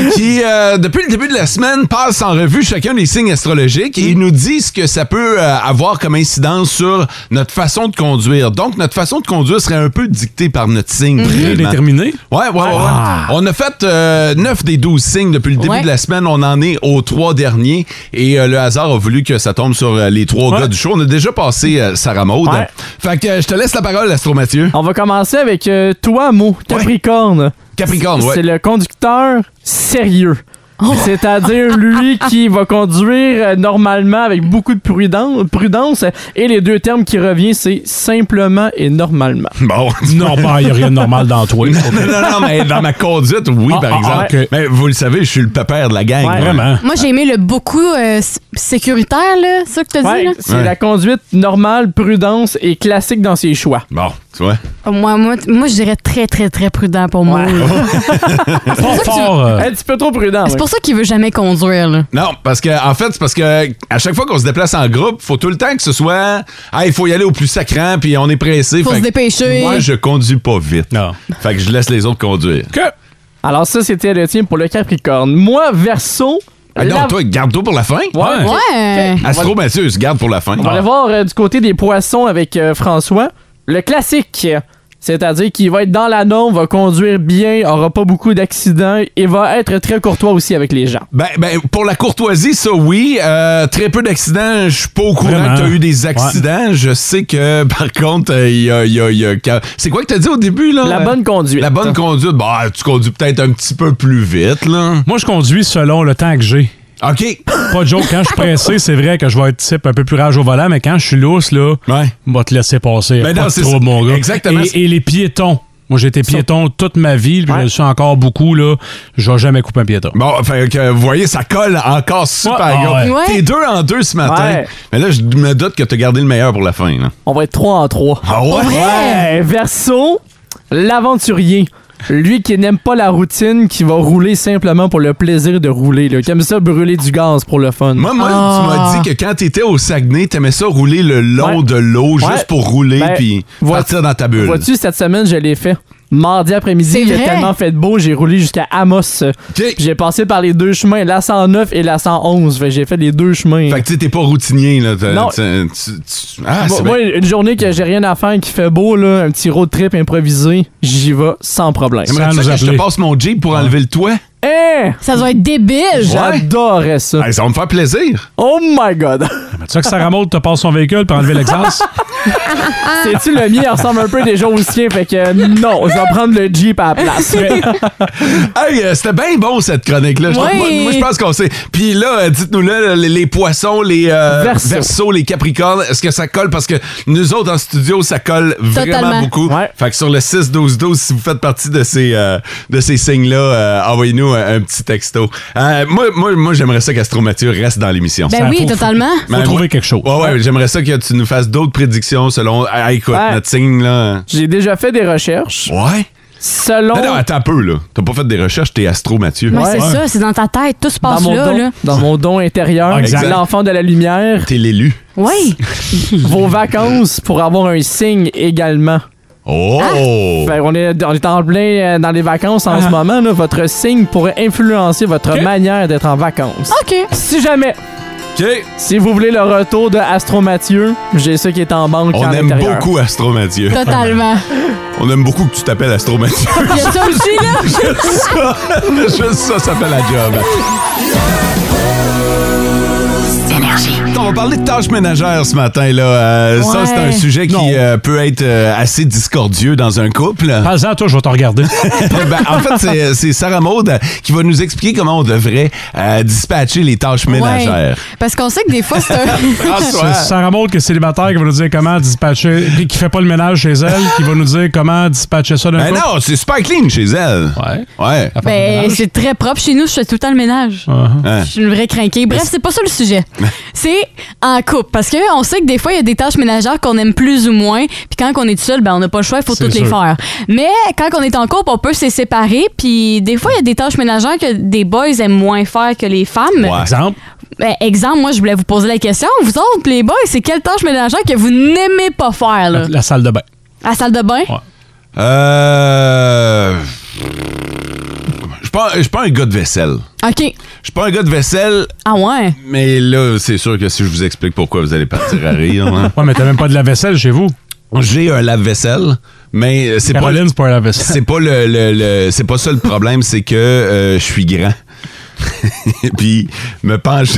Speaker 4: Ouais!
Speaker 2: Qui, euh, depuis le début de la semaine, passe en revue chacun des signes astrologiques et
Speaker 4: Mm.
Speaker 2: nous dit ce que ça peut euh, avoir comme incidence sur notre façon de conduire. Donc, notre façon de conduire serait un peu dictée par notre
Speaker 4: Mm-hmm.
Speaker 2: signe.
Speaker 3: Très
Speaker 2: finalement.
Speaker 3: déterminé.
Speaker 2: Ouais, ouais, ouais. ouais. On a fait 9 des 12 signes depuis le début
Speaker 4: Ouais.
Speaker 2: de la semaine. On en est aux trois derniers. Et euh, le hasard a voulu que ça tombe sur euh, les trois
Speaker 3: Ouais.
Speaker 2: gars du show. On a déjà passé euh, Sarah Maud.
Speaker 6: Ouais.
Speaker 2: Fait que euh, je te laisse la parole, Astro Mathieu.
Speaker 6: On va commencer avec euh, toi, Mo, Capricorne.
Speaker 2: Capricorne, ouais.
Speaker 6: C'est le conducteur sérieux.
Speaker 4: Oh.
Speaker 6: C'est-à-dire lui qui va conduire euh, normalement avec beaucoup de prudence, prudence. Et les deux termes qui reviennent, c'est simplement et normalement.
Speaker 2: Bon.
Speaker 3: Non, il n'y a rien de normal dans toi.
Speaker 2: non, non, non, mais dans ma conduite, oui,
Speaker 3: Ah,
Speaker 2: par
Speaker 3: ah,
Speaker 2: exemple.
Speaker 3: ouais.
Speaker 2: Mais vous le savez, je suis le pépère de la gang.
Speaker 6: Ouais.
Speaker 3: Vraiment.
Speaker 4: Moi, j'ai aimé le beaucoup euh, s- sécuritaire, là, ça que t'as dit,
Speaker 6: Ouais,
Speaker 4: là.
Speaker 6: c'est
Speaker 2: Ouais.
Speaker 6: la conduite normale, prudence et classique dans ses choix.
Speaker 2: Bon, tu vois.
Speaker 4: Oh, Moi, moi, t- moi je dirais très, très, très prudent pour moi.
Speaker 3: Fort, fort. euh,
Speaker 6: Un petit peu trop prudent.
Speaker 4: C'est
Speaker 6: ouais.
Speaker 4: pour ça qu'il veut jamais conduire, là.
Speaker 2: Non, parce que, en fait, c'est parce que à chaque fois qu'on se déplace en groupe, faut tout le temps que ce soit. Ah, il faut y aller au plus sacrant, puis on est pressé.
Speaker 4: Faut
Speaker 2: Fait
Speaker 4: se
Speaker 2: que
Speaker 4: dépêcher.
Speaker 2: Moi, je conduis pas vite.
Speaker 3: Non.
Speaker 2: Fait que je laisse les autres conduire.
Speaker 6: Alors ça, c'était le tien pour le Capricorne. Moi, Verseau...
Speaker 2: Ah
Speaker 6: la-
Speaker 2: non, toi, garde-toi pour la fin.
Speaker 6: Ouais,
Speaker 3: Ouais.
Speaker 4: Ouais.
Speaker 2: Astro Mathieu se garde pour la fin.
Speaker 6: On va aller voir euh, du côté des poissons avec euh, François. Le classique, c'est-à-dire qu'il va être dans la norme, va conduire bien, aura pas beaucoup d'accidents et va être très courtois aussi avec les gens.
Speaker 2: Ben, ben, pour la courtoisie, ça oui. Euh, très peu d'accidents. Je suis pas au courant
Speaker 3: Vraiment.
Speaker 2: que t'as eu des accidents. Je sais que, par contre, euh, il y a- il y a- il y a- quand- C'est quoi que t'as dit au début, là?
Speaker 6: La
Speaker 2: Euh,
Speaker 6: bonne conduite.
Speaker 2: La bonne conduite. Bah, tu conduis peut-être un petit peu plus vite, là.
Speaker 3: Moi, je conduis selon le temps que j'ai.
Speaker 2: OK.
Speaker 3: Pas de joke, quand je suis pressé, c'est vrai que je vais être type un peu plus rage au volant, mais quand je suis lousse, là,
Speaker 2: Ouais.
Speaker 3: on va te laisser passer.
Speaker 2: Ben
Speaker 3: pas
Speaker 2: non,
Speaker 3: de
Speaker 2: c'est
Speaker 3: trouble,
Speaker 2: ça.
Speaker 3: mon gars.
Speaker 2: Exactement.
Speaker 3: Et, et les piétons. Moi, j'ai été piéton toute ma vie, puis je le suis encore beaucoup, là. Je vais jamais couper un piéton.
Speaker 2: Bon, fait que, vous voyez, ça colle encore
Speaker 3: Ouais,
Speaker 2: super
Speaker 3: ah
Speaker 2: gros.
Speaker 4: ouais.
Speaker 2: T'es deux en deux ce matin.
Speaker 6: Ouais.
Speaker 2: Mais là, je me doute que t'as gardé le meilleur pour la fin, là.
Speaker 6: On va être trois en trois.
Speaker 2: Ah ouais?
Speaker 6: Ouais, verso, l'aventurier. Lui qui n'aime pas la routine, qui va rouler simplement pour le plaisir de rouler, là, qui aime ça brûler du gaz pour le fun.
Speaker 2: Moi, moi,
Speaker 4: Ah.
Speaker 2: tu m'as dit que quand t'étais au Saguenay, t'aimais ça rouler le long
Speaker 6: Ouais.
Speaker 2: de l'eau
Speaker 6: Ouais.
Speaker 2: juste pour rouler
Speaker 6: Ben,
Speaker 2: puis
Speaker 6: vois-
Speaker 2: partir dans ta bulle.
Speaker 6: Vois-tu, cette semaine, je l'ai fait. mardi après-midi.
Speaker 4: C'est
Speaker 6: Il a
Speaker 4: vrai?
Speaker 6: tellement fait beau, j'ai roulé jusqu'à Amos. Puis J'ai passé par les deux chemins, la 109 et la 111. Fait que j'ai fait les deux chemins.
Speaker 2: Fait que tu sais, t'es pas routinier, là. T'as-
Speaker 6: Non.
Speaker 2: t'as- tu- tu- Ah,
Speaker 6: Moi-
Speaker 2: c'est
Speaker 6: moi,
Speaker 2: bien.
Speaker 6: une journée que j'ai rien à faire, qui fait beau, là, un petit road trip improvisé, j'y vais sans problème.
Speaker 2: T'aimerais-tu ça que je te passe mon Jeep pour enlever le toit?
Speaker 6: Hein?
Speaker 4: Ça doit être débile.
Speaker 6: J'adorais ça.
Speaker 2: Hey, ça va me faire plaisir.
Speaker 6: Oh my god!
Speaker 3: Tu sais que Sarah Maud te passe son véhicule pour enlever l'exhaust?
Speaker 6: Sais-tu, le mien il ressemble un peu déjà au sien, fait que euh, non, je vais prendre le Jeep à la place.
Speaker 2: Hey, euh, c'était bien bon cette chronique-là. Je trouve-
Speaker 4: Oui.
Speaker 2: Moi, moi, je pense qu'on sait. Puis là, euh, dites-nous là, les, les poissons, les euh,
Speaker 6: Verseau.
Speaker 2: versos, les capricornes, est-ce que ça colle? Parce que nous autres en studio, ça colle vraiment
Speaker 4: Totalement.
Speaker 2: beaucoup.
Speaker 6: Ouais.
Speaker 2: Fait que sur le 6-12-12, si vous faites partie de ces, euh, de ces signes-là, euh, envoyez-nous un, un petit texto. Euh, moi, moi, moi j'aimerais ça qu'Astromathieu reste dans l'émission.
Speaker 4: Ben
Speaker 3: Ça
Speaker 4: oui,
Speaker 3: faut-
Speaker 4: totalement.
Speaker 3: Faut
Speaker 2: Ben,
Speaker 3: trouver
Speaker 2: moi-
Speaker 3: quelque chose.
Speaker 2: Ouais, ouais, j'aimerais ça que tu nous fasses d'autres prédictions selon. Ah, écoute,
Speaker 6: Ouais.
Speaker 2: notre signe, là.
Speaker 6: J'ai déjà fait des recherches.
Speaker 2: Ouais?
Speaker 6: Selon.
Speaker 2: Non, non, attends un peu, là. T'as pas fait des recherches, t'es astro, Mathieu.
Speaker 4: Mais
Speaker 6: Ouais.
Speaker 4: c'est ça, c'est dans ta tête, tout se
Speaker 6: dans
Speaker 4: passe
Speaker 6: mon,
Speaker 4: là,
Speaker 6: don,
Speaker 4: là.
Speaker 6: dans mon don intérieur,
Speaker 3: Ah, exact.
Speaker 6: l'enfant de la lumière,
Speaker 2: T'es l'élu.
Speaker 4: Oui.
Speaker 6: vos vacances pour avoir un signe également.
Speaker 2: Oh!
Speaker 6: Fait, Ben, on, est, on est en plein euh, dans les vacances en
Speaker 4: Ah.
Speaker 6: ce moment. Là, votre signe pourrait influencer votre manière d'être en vacances.
Speaker 4: OK.
Speaker 6: Si jamais,
Speaker 2: OK.
Speaker 6: si vous voulez le retour de Astro Mathieu, j'ai ça qui est en banque
Speaker 2: On
Speaker 6: en
Speaker 2: aime
Speaker 6: intérieur.
Speaker 2: beaucoup Astro Mathieu.
Speaker 4: Totalement.
Speaker 2: On aime beaucoup que tu t'appelles Astro Mathieu.
Speaker 4: Il y a ça aussi, là.
Speaker 2: Juste ça, juste ça, ça fait la job. On va parler de tâches ménagères ce matin. Là. Euh, Ça,
Speaker 4: Ouais.
Speaker 2: c'est un sujet qui euh, peut être euh, assez discordieux dans un couple.
Speaker 3: Pas en toi, je vais te regarder.
Speaker 2: Ben, en fait, c'est- c'est Sarah Maud euh, qui va nous expliquer comment on devrait euh, dispatcher les tâches ménagères.
Speaker 4: Ouais. Ah, Parce qu'on sait que des fois, c'est un.
Speaker 3: C'est
Speaker 2: François,
Speaker 3: Sarah Maud qui est célibataire qui va nous dire comment dispatcher, qui- qui fait pas le ménage chez elle, qui va nous dire comment dispatcher ça d'un
Speaker 2: ben
Speaker 3: coup.
Speaker 2: non, c'est super clean chez elle.
Speaker 3: Ouais.
Speaker 2: Ouais.
Speaker 3: Elle fait le
Speaker 4: Ben,
Speaker 3: ménage.
Speaker 4: c'est très propre chez nous, je fais tout le temps le ménage.
Speaker 3: Uh-huh.
Speaker 2: Hein.
Speaker 4: Je suis une vraie crinquée. Bref, c'est pas ça le sujet. C'est en couple. Parce qu'on sait que des fois, il y a des tâches ménagères qu'on aime plus ou moins. Puis quand on est tout seul, ben, on n'a pas le choix, il faut
Speaker 3: C'est
Speaker 4: toutes les
Speaker 3: sûr.
Speaker 4: faire. Mais quand on est en couple, on peut se séparer. Puis des fois, il y a des tâches ménagères que des boys aiment moins faire que les femmes.
Speaker 2: Ouais.
Speaker 3: Exemple,
Speaker 4: Ben, exemple, moi, je voulais vous poser la question. Vous autres, les boys, c'est quelle tâche ménagère que vous n'aimez pas faire, là?
Speaker 3: la, la salle de bain.
Speaker 4: À la salle de bain?
Speaker 3: Ouais.
Speaker 2: Euh... Je suis pas- je suis pas un gars de vaisselle.
Speaker 4: OK.
Speaker 2: Je suis pas un gars de vaisselle,
Speaker 4: Ah ouais?
Speaker 2: mais là, c'est sûr que si je vous explique pourquoi vous allez partir à rire. hein.
Speaker 3: Ouais, mais t'as même pas de la vaisselle chez vous.
Speaker 2: J'ai un lave-vaisselle, mais c'est pas,
Speaker 3: Caroline, c'est pas un lave-vaisselle.
Speaker 2: c'est pas le, le- le- c'est pas ça le problème, c'est que euh, je suis grand. Puis me penche.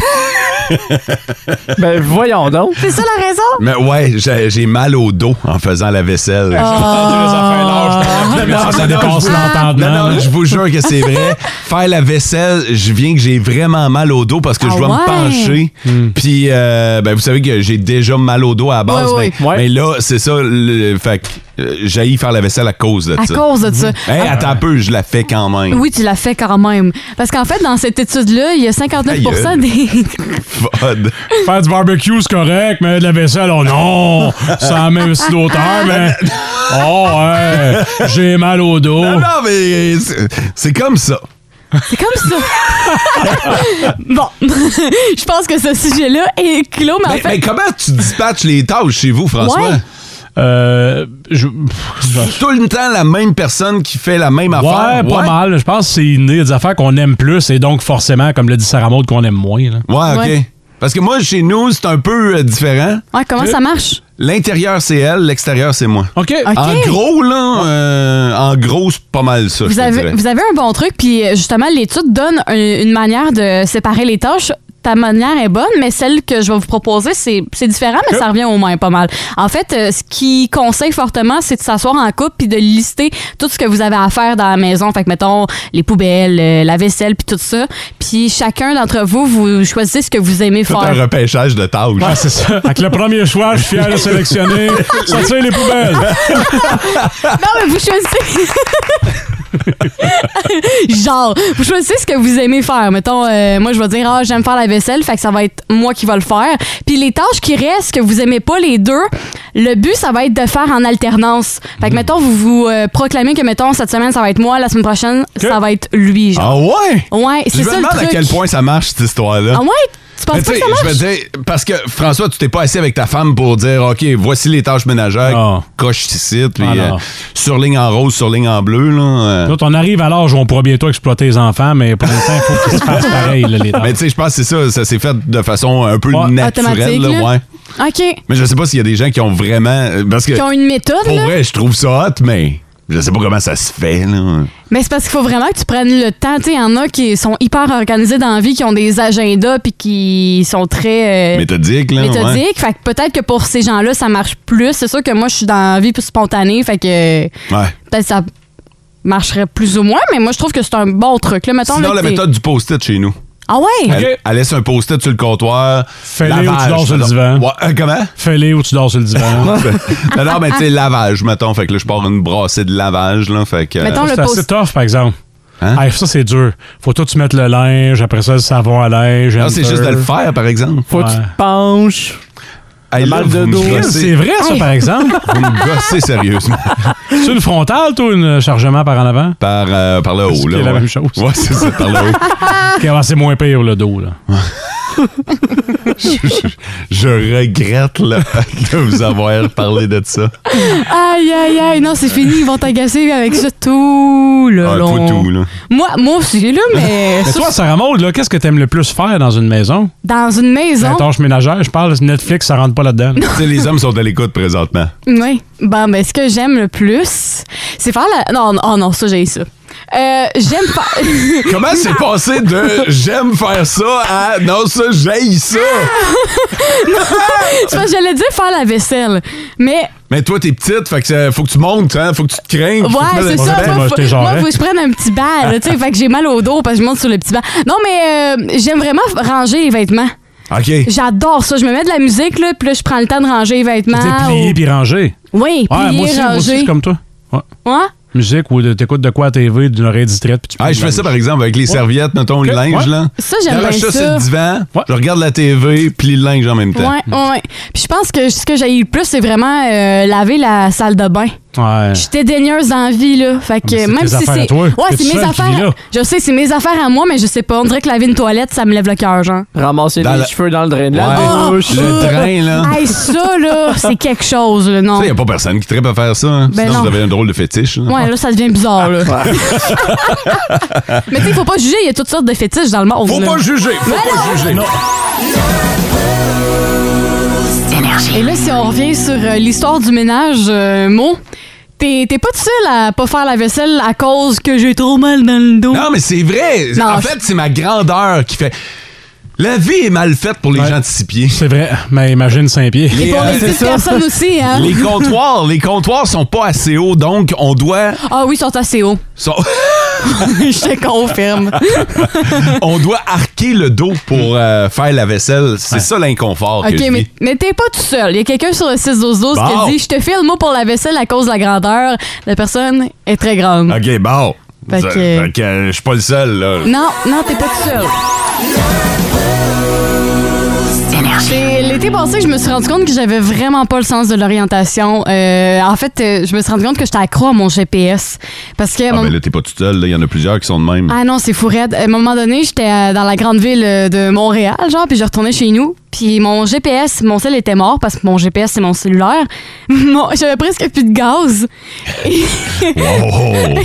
Speaker 6: Ben voyons donc.
Speaker 4: C'est ça la raison?
Speaker 2: Mais ouais, j'ai j'ai mal au dos en faisant la vaisselle.
Speaker 4: Ah.
Speaker 3: Mais ça, ça dépasse l'entendement.
Speaker 2: Non, non,
Speaker 3: là.
Speaker 2: je vous jure que c'est vrai. Faire la vaisselle, je viens que j'ai vraiment mal au dos parce que je
Speaker 4: Ah
Speaker 2: dois me
Speaker 4: ouais?
Speaker 2: pencher.
Speaker 4: Hmm.
Speaker 2: Puis, euh, ben, vous savez que j'ai déjà mal au dos à la base.
Speaker 4: Ouais,
Speaker 2: mais,
Speaker 6: ouais.
Speaker 2: mais là, c'est ça. Le, fait que euh, j'haïs faire la vaisselle à cause de
Speaker 4: À
Speaker 2: ça.
Speaker 4: cause de ça. Ah,
Speaker 2: Hey, attends un peu, je la fais quand même.
Speaker 4: Oui, tu l'as fait quand même. Parce qu'en fait, dans cette étude-là, il y a 59 des.
Speaker 2: Fod.
Speaker 3: Faire du barbecue, c'est correct, mais de la vaisselle, oh non! Ça a même si d'auteur, mais. Oh, ouais! J'ai mal au dos.
Speaker 4: Oh.
Speaker 2: Non, non, mais c'est- c'est comme ça.
Speaker 4: C'est comme ça. bon, je pense que ce sujet-là est clos, mais en
Speaker 2: Mais,
Speaker 4: fait.
Speaker 2: mais comment tu dispatches les tâches chez vous, François?
Speaker 4: Ouais.
Speaker 3: Euh. Je,
Speaker 2: C'est Tout le temps la même personne qui fait la même
Speaker 3: Ouais,
Speaker 2: affaire.
Speaker 3: pas mal. Je pense que c'est inné. Il y a des affaires qu'on aime plus et donc forcément, comme le dit Sarah Maud, qu'on aime moins. Là.
Speaker 2: Ouais, OK.
Speaker 4: Ouais.
Speaker 2: Parce que moi, chez nous, c'est un peu euh, différent.
Speaker 4: Ouais, comment ça marche?
Speaker 2: L'intérieur, c'est elle, l'extérieur, c'est moi.
Speaker 3: OK.
Speaker 4: OK.
Speaker 2: En gros, là, euh, en gros, c'est pas mal ça. je
Speaker 4: Vous
Speaker 2: te
Speaker 4: avez,
Speaker 2: dirais.
Speaker 4: vous avez un bon truc, puis euh, justement, l'étude donne un- une manière de séparer les tâches. Ta manière est bonne, mais celle que je vais vous proposer, c'est c'est différent, mais ça revient au moins pas mal. En fait, euh, ce qui conseille fortement, c'est de s'asseoir en couple puis de lister tout ce que vous avez à faire dans la maison. Fait que, mettons, les poubelles, euh, la vaisselle, puis tout ça. Puis chacun d'entre vous, vous choisissez ce que vous aimez
Speaker 2: Faites un
Speaker 4: faire.
Speaker 2: repêchage de tâches.
Speaker 3: Ouais, c'est ça. Avec le premier choix, je suis fier de sélectionner. Sortir les poubelles.
Speaker 4: Non, mais vous choisissez. Genre, vous choisissez ce que vous aimez faire. Mettons, euh, moi, je vais dire, ah, j'aime faire la vaisselle, fait que ça va être moi qui va le faire. Puis les tâches qui restent, que vous aimez pas les deux, le but, ça va être de faire en alternance. Fait
Speaker 2: Hmm.
Speaker 4: que, mettons, vous vous euh, proclamez que, mettons, cette semaine, ça va être moi, la semaine prochaine, ça va être lui. Genre.
Speaker 2: Ah ouais?
Speaker 4: Ouais,
Speaker 2: Je
Speaker 4: c'est
Speaker 2: me
Speaker 4: ça le
Speaker 2: demande
Speaker 4: truc.
Speaker 2: à quel point ça marche, cette histoire-là.
Speaker 4: Ah ouais? Tu penses
Speaker 2: Mais
Speaker 4: pas
Speaker 2: tu sais,
Speaker 4: que ça marche?
Speaker 2: je veux dire, parce que François, tu t'es pas assis avec ta femme pour dire OK, voici les tâches ménagères, coche ici, puis
Speaker 3: Ah, non.
Speaker 2: euh, surligne en rose, surligne en bleu. Là, euh.
Speaker 3: Nous autres, on arrive à l'âge où on pourra bientôt exploiter les enfants, mais pour l'instant, il faut qu'ils se fassent pareil, là, les
Speaker 2: Mais tu sais, je pense que c'est ça, ça s'est fait de façon un peu naturelle.
Speaker 4: Automatique,
Speaker 2: là,
Speaker 4: là.
Speaker 2: ouais.
Speaker 4: OK.
Speaker 2: Mais je sais pas s'il y a des gens qui ont vraiment. euh, Parce que
Speaker 4: Qui ont une méthode,
Speaker 2: pour
Speaker 4: là.
Speaker 2: vrai, je trouve ça hot, mais je sais pas comment ça se fait. Là.
Speaker 4: Mais c'est parce qu'il faut vraiment que tu prennes le temps. Tu sais, il y en a qui sont hyper organisés dans la vie, qui ont des agendas, puis qui sont très. euh,
Speaker 2: Méthodique, là. ouais.
Speaker 4: méthodiques. Fait que peut-être que pour ces gens-là, ça marche plus. C'est sûr que moi, je suis dans la vie plus spontanée. Fait que euh,
Speaker 2: Ouais.
Speaker 4: peut-être ça marcherait plus ou moins, mais moi, je trouve que c'est un bon truc. Là, mettons,
Speaker 2: Sinon,
Speaker 4: là,
Speaker 2: la
Speaker 4: que t'es-
Speaker 2: méthode du post-it chez nous.
Speaker 4: Ah ouais?
Speaker 2: Elle, elle laisse un post-it sur le comptoir.
Speaker 3: Fais-les où tu
Speaker 2: lavage,
Speaker 3: dors sur le
Speaker 2: mettons.
Speaker 3: divan.
Speaker 2: Ouais, euh, comment?
Speaker 3: Fais-les où tu dors sur le divan.
Speaker 2: non, non, mais tu sais, lavage, mettons. Fait que là, je pars une brassée de lavage, là. Fait que.
Speaker 4: Mettons le
Speaker 3: C'est assez
Speaker 4: post-
Speaker 3: tough, par exemple.
Speaker 2: Hein?
Speaker 3: Ah, ça, c'est dur. Faut tout tu mettre le linge, après ça, le savon à linge.
Speaker 2: euh, Non, c'est juste de le faire, par exemple.
Speaker 6: Faut que tu te penches.
Speaker 2: Hey,
Speaker 6: Le
Speaker 2: là,
Speaker 6: mal de
Speaker 2: vous me
Speaker 6: dos.
Speaker 2: gossez.
Speaker 3: C'est vrai, ça,
Speaker 4: Hey.
Speaker 3: par exemple.
Speaker 2: Vous me gossez sérieusement.
Speaker 3: C'est le frontal, toi, un chargement par en avant?
Speaker 2: Par, euh, par le haut,
Speaker 3: C'est
Speaker 2: là.
Speaker 3: la
Speaker 2: ouais.
Speaker 3: même chose.
Speaker 2: Ouais, c'est ça, par le haut.
Speaker 4: Ah.
Speaker 3: Ok, alors, c'est moins pire, le dos, là.
Speaker 2: je, je- je regrette, là, de vous avoir parlé de ça.
Speaker 4: Aïe, aïe, aïe. Non, c'est fini. Ils vont t'agacer avec ça tout le
Speaker 2: Ah, faut
Speaker 4: long.
Speaker 2: tout, là.
Speaker 4: Moi, moi aussi, là, mais.
Speaker 3: Mais
Speaker 4: ça,
Speaker 3: toi, Sarah Maud, là, qu'est-ce que t'aimes le plus faire dans une maison?
Speaker 4: dans une maison.
Speaker 3: La tâche ménagère, je parle, Netflix, ça rentre pas là-dedans. là.
Speaker 2: Tu sais, les hommes sont à l'écoute présentement.
Speaker 4: Oui. Ben, ben, ce que j'aime le plus, c'est faire la. Non, oh non, ça, j'ai ça. Euh, j'aime faire.
Speaker 2: Comment
Speaker 4: Ah.
Speaker 2: c'est passé de j'aime faire ça à non, ça, j'aille ça?
Speaker 4: C'est parce que j'allais dire faire la vaisselle. Mais,
Speaker 2: Mais toi, t'es petite, fait que ça- faut que tu montes, hein, faut que tu te craignes. faut que tu
Speaker 4: ouais, c'est
Speaker 2: mettes-
Speaker 4: ça.
Speaker 3: Ouais,
Speaker 4: Moi,
Speaker 3: moi,
Speaker 4: faut,
Speaker 3: j'étais genre,
Speaker 4: moi,
Speaker 3: hein.
Speaker 4: faut que je prenne un petit bain, là, tu sais. fait que j'ai mal au dos parce que je monte sur le petit banc. Non, mais euh, j'aime vraiment ranger les vêtements.
Speaker 2: OK.
Speaker 4: J'adore ça. Je me mets de la musique, là, puis là, je prends le temps de ranger les
Speaker 3: Tu sais,
Speaker 4: vêtements.
Speaker 3: plier puis ranger.
Speaker 4: ou- Oui,
Speaker 3: Ouais, moi
Speaker 4: plier,
Speaker 3: aussi, moi aussi, je
Speaker 4: ranger.
Speaker 3: suis comme toi. Ouais.
Speaker 4: Ouais.
Speaker 3: Musique ou de- t'écoutes de quoi à TV, d'une oreille distraite, puis tu
Speaker 2: Ah, je fais ça, par exemple, avec les serviettes, mettons, le
Speaker 3: Ok,
Speaker 2: linge,
Speaker 3: ouais.
Speaker 2: là.
Speaker 4: Ça, j'aime
Speaker 2: J'arrache
Speaker 4: bien
Speaker 2: ça sur
Speaker 4: ça.
Speaker 2: le divan,
Speaker 3: Ouais.
Speaker 2: je regarde la TV, plie le linge en même temps.
Speaker 4: Ouais, ouais. Puis je pense que ce que j'ai le plus, c'est vraiment euh, laver la salle de bain.
Speaker 3: Ouais.
Speaker 4: Je suis dédaigneuse dans la vie, là.
Speaker 3: Ah,
Speaker 4: Fait
Speaker 3: mais
Speaker 4: que
Speaker 3: c'est
Speaker 4: même
Speaker 3: tes
Speaker 4: si
Speaker 3: affaires à
Speaker 4: c'est.
Speaker 3: toi.
Speaker 4: Ouais,
Speaker 3: T'es
Speaker 4: c'est
Speaker 3: toute
Speaker 4: mes
Speaker 3: seule qui vis
Speaker 4: affaires.
Speaker 3: là.
Speaker 4: Je sais, c'est mes affaires à moi, mais je sais pas. On dirait que laver une toilette, ça me lève le cœur, genre.
Speaker 6: Ramasser
Speaker 2: Dans
Speaker 6: les
Speaker 2: la-
Speaker 6: cheveux dans le drain de la
Speaker 2: Ouais.
Speaker 6: douche.
Speaker 4: Oh,
Speaker 2: Le drain, là.
Speaker 4: Hey, ça, là, c'est quelque chose, là, non?
Speaker 2: Ça, y a pas personne qui tripe à faire ça. hein.
Speaker 4: Ben
Speaker 2: Sinon,
Speaker 4: non.
Speaker 2: vous avez un drôle de fétiche. là.
Speaker 4: Ouais, là, ça devient bizarre, là. mais tu sais, faut pas juger, il y a toutes sortes de fétiches dans le monde.
Speaker 2: Faut
Speaker 4: là.
Speaker 2: pas juger, faut pas juger.
Speaker 4: Et là, si on revient sur euh, l'histoire du ménage, euh, Mo, t'es t'es pas tout seul à pas faire la vaisselle à cause que j'ai trop mal dans le dos.
Speaker 2: Non, mais c'est vrai.
Speaker 4: Non,
Speaker 2: en
Speaker 4: je-
Speaker 2: fait, c'est ma grandeur qui fait. La vie est mal faite pour les
Speaker 3: Ouais.
Speaker 2: gens de six pieds.
Speaker 3: C'est vrai, mais imagine Saint-Pierre.
Speaker 4: Et
Speaker 2: Les,
Speaker 4: pour
Speaker 2: euh,
Speaker 4: les
Speaker 2: c'est
Speaker 4: petites
Speaker 2: ça.
Speaker 4: personnes aussi, hein?
Speaker 2: Les comptoirs, les comptoirs sont pas assez hauts, donc on doit,
Speaker 4: Ah oui, ils sont assez hauts.
Speaker 2: sont-
Speaker 4: je te confirme.
Speaker 2: on doit arquer le dos pour euh, faire la vaisselle. C'est ça l'inconfort que
Speaker 4: OK,
Speaker 2: je
Speaker 4: mais,
Speaker 2: vis.
Speaker 4: mais t'es pas tout seul. Il y a quelqu'un sur le 6 12 qui
Speaker 2: Bon.
Speaker 4: a dit Je te file mot pour la vaisselle à cause de la grandeur. La personne est très grande.
Speaker 2: Ok, bon.
Speaker 4: Fait
Speaker 2: Ça-
Speaker 4: que-
Speaker 2: fait que, euh, je suis pas le seul là.
Speaker 4: Non, non, t'es pas tout seul. C'est- L'été passé, je me suis rendu compte que j'avais vraiment pas le sens de l'orientation. Euh, en fait, euh, je me suis rendu compte que j'étais accro à mon GPS. Parce que.
Speaker 2: Ah
Speaker 4: mon-
Speaker 2: ben là t'es pas tout seul, là. il y en a plusieurs qui sont de même.
Speaker 4: Ah non, c'est fou raide. À un moment donné, j'étais euh, dans la grande ville euh, de Montréal, genre, puis je retournais chez nous. Puis mon GPS, mon cell était mort parce que mon GPS, c'est mon cellulaire. Mon- J'avais presque plus de gaz.
Speaker 2: Wow.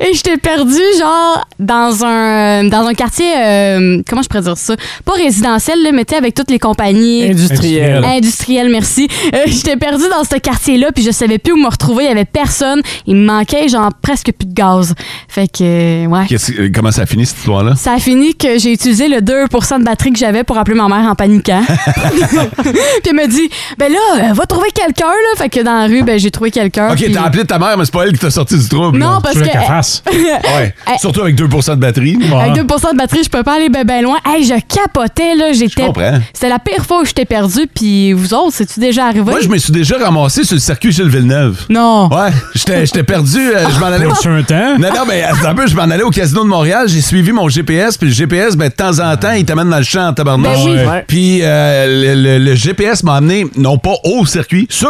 Speaker 4: Et j'étais perdue, genre, dans un, dans un quartier, euh, comment je pourrais dire ça? Pas résidentiel, là, mais tu sais, avec toutes les compagnies.
Speaker 6: Industriel.
Speaker 4: Industriel, merci. Euh, J'étais perdue dans ce quartier-là, puis je savais plus où me retrouver. Il y avait personne. Il me manquait, genre, presque plus de gaz. Fait que, euh, ouais.
Speaker 2: Qu'est-ce- euh, comment ça finit cette histoire là
Speaker 4: Ça a fini que j'ai utilisé le 2 de batterie que j'avais pour appeler ma mère en paniquant. puis elle me dit, ben là, euh, va trouver quelqu'un, là. Fait que dans la rue, ben, j'ai trouvé quelqu'un.
Speaker 2: Ok,
Speaker 4: puis-
Speaker 2: t'as appelé ta mère, mais c'est pas elle qui t'a sorti du trouble.
Speaker 4: Non,
Speaker 2: là.
Speaker 4: parce
Speaker 3: Tu veux
Speaker 4: que. Euh,
Speaker 3: qu'elle fasse.
Speaker 2: Ouais.
Speaker 4: Elle-
Speaker 2: Surtout avec 2% de batterie.
Speaker 4: Avec
Speaker 3: Ouais.
Speaker 4: 2 de batterie, je peux pas aller ben, ben loin. Hey, je capotais, là. J'étais.
Speaker 2: comprends.
Speaker 4: C'était la pire fois où j'étais perdu. Puis vous autres, c'est-tu déjà arrivé?
Speaker 2: Moi, je me suis déjà ramassé sur le circuit Gilles Villeneuve.
Speaker 4: Non.
Speaker 2: Ouais, j'étais j'étais perdu. euh, je m'en allais au...
Speaker 3: Sur un temps.
Speaker 2: Non, non, mais attends un peu, je m'en allais au casino de Montréal, j'ai suivi mon GPS, puis le GPS, ben, de temps en temps, il t'amène dans le champ en tabarnak.
Speaker 4: Ben oui.
Speaker 6: Ouais.
Speaker 2: Puis Puis euh, le, le- le GPS m'a amené, non pas au circuit, sur!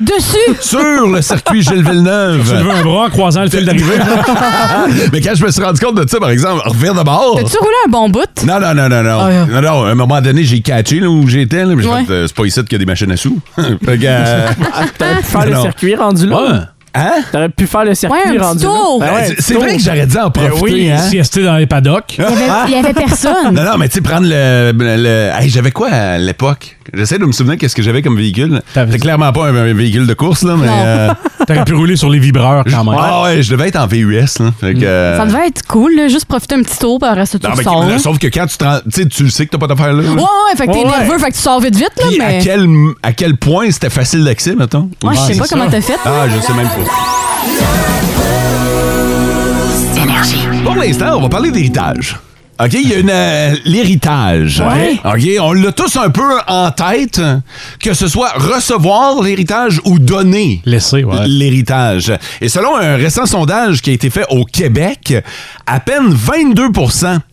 Speaker 4: Dessus!
Speaker 2: Sur le circuit Gilles Villeneuve!
Speaker 3: Tu levais un bras en croisant le fil d'arrivée.
Speaker 2: Mais quand je me suis rendu compte de ça, par exemple, reviens de bord.
Speaker 4: T'as-tu roulé un bon bout?
Speaker 2: Non, non, non, non, non.
Speaker 4: Ah, yeah.
Speaker 2: non, non, à un moment donné, j'ai catché là, où j'étais. là, puis j'ai
Speaker 4: Ouais.
Speaker 2: fait, euh, C'est pas ici qu'il y a des machines à sous. Fait que, euh,
Speaker 6: T'aurais pu faire le
Speaker 2: Non.
Speaker 6: circuit rendu là.
Speaker 2: Ouais. Hein?
Speaker 6: T'aurais pu faire le circuit
Speaker 4: Ouais, un petit
Speaker 6: rendu là.
Speaker 4: tour.
Speaker 6: Ben ouais,
Speaker 2: C'est-
Speaker 6: un petit
Speaker 2: C'est
Speaker 6: tour.
Speaker 2: vrai que j'aurais dû en profiter.
Speaker 3: oui,
Speaker 2: hein?
Speaker 3: siesté dans les paddocks.
Speaker 4: Il y avait, il y avait personne.
Speaker 2: Non, non, mais tu sais, prendre le. le- hey, j'avais quoi à l'époque? J'essaie de me souvenir qu'est-ce que j'avais comme véhicule.
Speaker 3: T'avais-
Speaker 2: C'était clairement pas un, un véhicule de course, là, mais.
Speaker 4: Non.
Speaker 2: euh,
Speaker 3: T'aurais pu rouler sur les vibreurs
Speaker 2: je-
Speaker 3: quand même.
Speaker 2: Ah ouais, je devais être en VUS, là. Fait que, euh,
Speaker 4: Ça devait être cool, là, juste profiter un petit tour, puis après ça, tu
Speaker 2: non, mais-
Speaker 4: sors. là.
Speaker 2: sauf que quand tu te rends- tu sais, tu le sais que t'as pas d'affaire là. là.
Speaker 4: Ouais, ouais, fait que t'es
Speaker 3: Ouais.
Speaker 4: nerveux, fait que tu sors vite, vite, là,
Speaker 2: Puis à
Speaker 4: mais.
Speaker 2: quel, à quel point c'était facile d'accès, mettons?
Speaker 4: Moi, je sais
Speaker 2: Ouais,
Speaker 4: pas
Speaker 2: c'est
Speaker 4: comment
Speaker 2: ça.
Speaker 4: t'as fait.
Speaker 2: Ah, je sais même pas. Pour l'instant, on va parler d'héritage. OK, il y a une euh, l'héritage. OK, on l'a tous un peu en tête que ce soit recevoir l'héritage ou donner
Speaker 3: Laissé, ouais.
Speaker 2: l'héritage. Et selon un récent sondage qui a été fait au Québec, à peine 22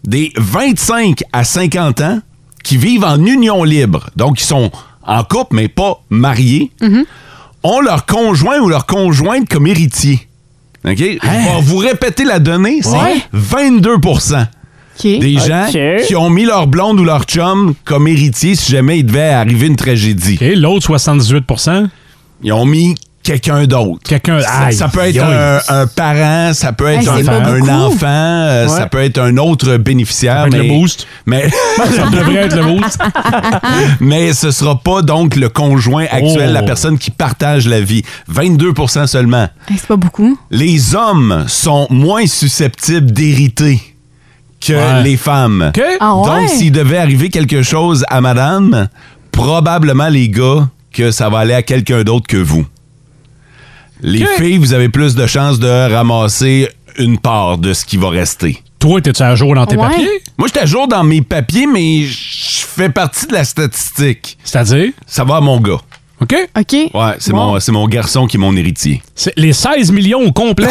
Speaker 2: des 25 à 50 ans qui vivent en union libre, donc qui sont en couple mais pas mariés,
Speaker 4: Mm-hmm.
Speaker 2: ont leur conjoint ou leur conjointe comme héritier. OK? On va vous répéter la donnée, c'est
Speaker 4: Hein? Ouais.
Speaker 2: 22
Speaker 4: Ok.
Speaker 2: des gens
Speaker 6: Ok.
Speaker 2: qui ont mis leur blonde ou leur chum comme héritier si jamais il devait arriver une tragédie.
Speaker 3: OK, l'autre 78
Speaker 2: Ils ont mis quelqu'un d'autre.
Speaker 3: quelqu'un.
Speaker 2: Ça,
Speaker 3: Aïe,
Speaker 2: ça peut être
Speaker 3: aïe.
Speaker 2: un, un parent, ça peut être
Speaker 4: Hey, c'est
Speaker 2: un,
Speaker 4: pas
Speaker 2: un
Speaker 4: beaucoup.
Speaker 2: enfant, euh, ça peut être un autre bénéficiaire.
Speaker 3: Ça peut être
Speaker 2: Ah, mais,
Speaker 3: le boost.
Speaker 2: Mais,
Speaker 3: Ça devrait être le boost.
Speaker 2: mais ce sera pas donc le conjoint actuel,
Speaker 3: Oh.
Speaker 2: la personne qui partage la vie. 22 seulement.
Speaker 4: Hey, c'est pas beaucoup.
Speaker 2: Les hommes sont moins susceptibles d'hériter que
Speaker 3: Ouais.
Speaker 2: les femmes.
Speaker 3: OK?
Speaker 4: Ah ouais?
Speaker 2: Donc, s'il devait arriver quelque chose à madame, probablement, les gars, que ça va aller à quelqu'un d'autre que vous. Les filles, vous avez plus de chances de ramasser une part de ce qui va rester.
Speaker 3: Toi, t'es-tu à jour dans tes
Speaker 4: Ouais.
Speaker 3: papiers?
Speaker 2: Moi, je toujours dans mes papiers, mais je fais partie de la statistique.
Speaker 3: C'est-à-dire?
Speaker 2: Ça va à mon gars.
Speaker 3: OK?
Speaker 4: OK.
Speaker 2: Ouais, c'est mon, c'est mon garçon qui est mon héritier.
Speaker 3: C'est les 16 millions au complet.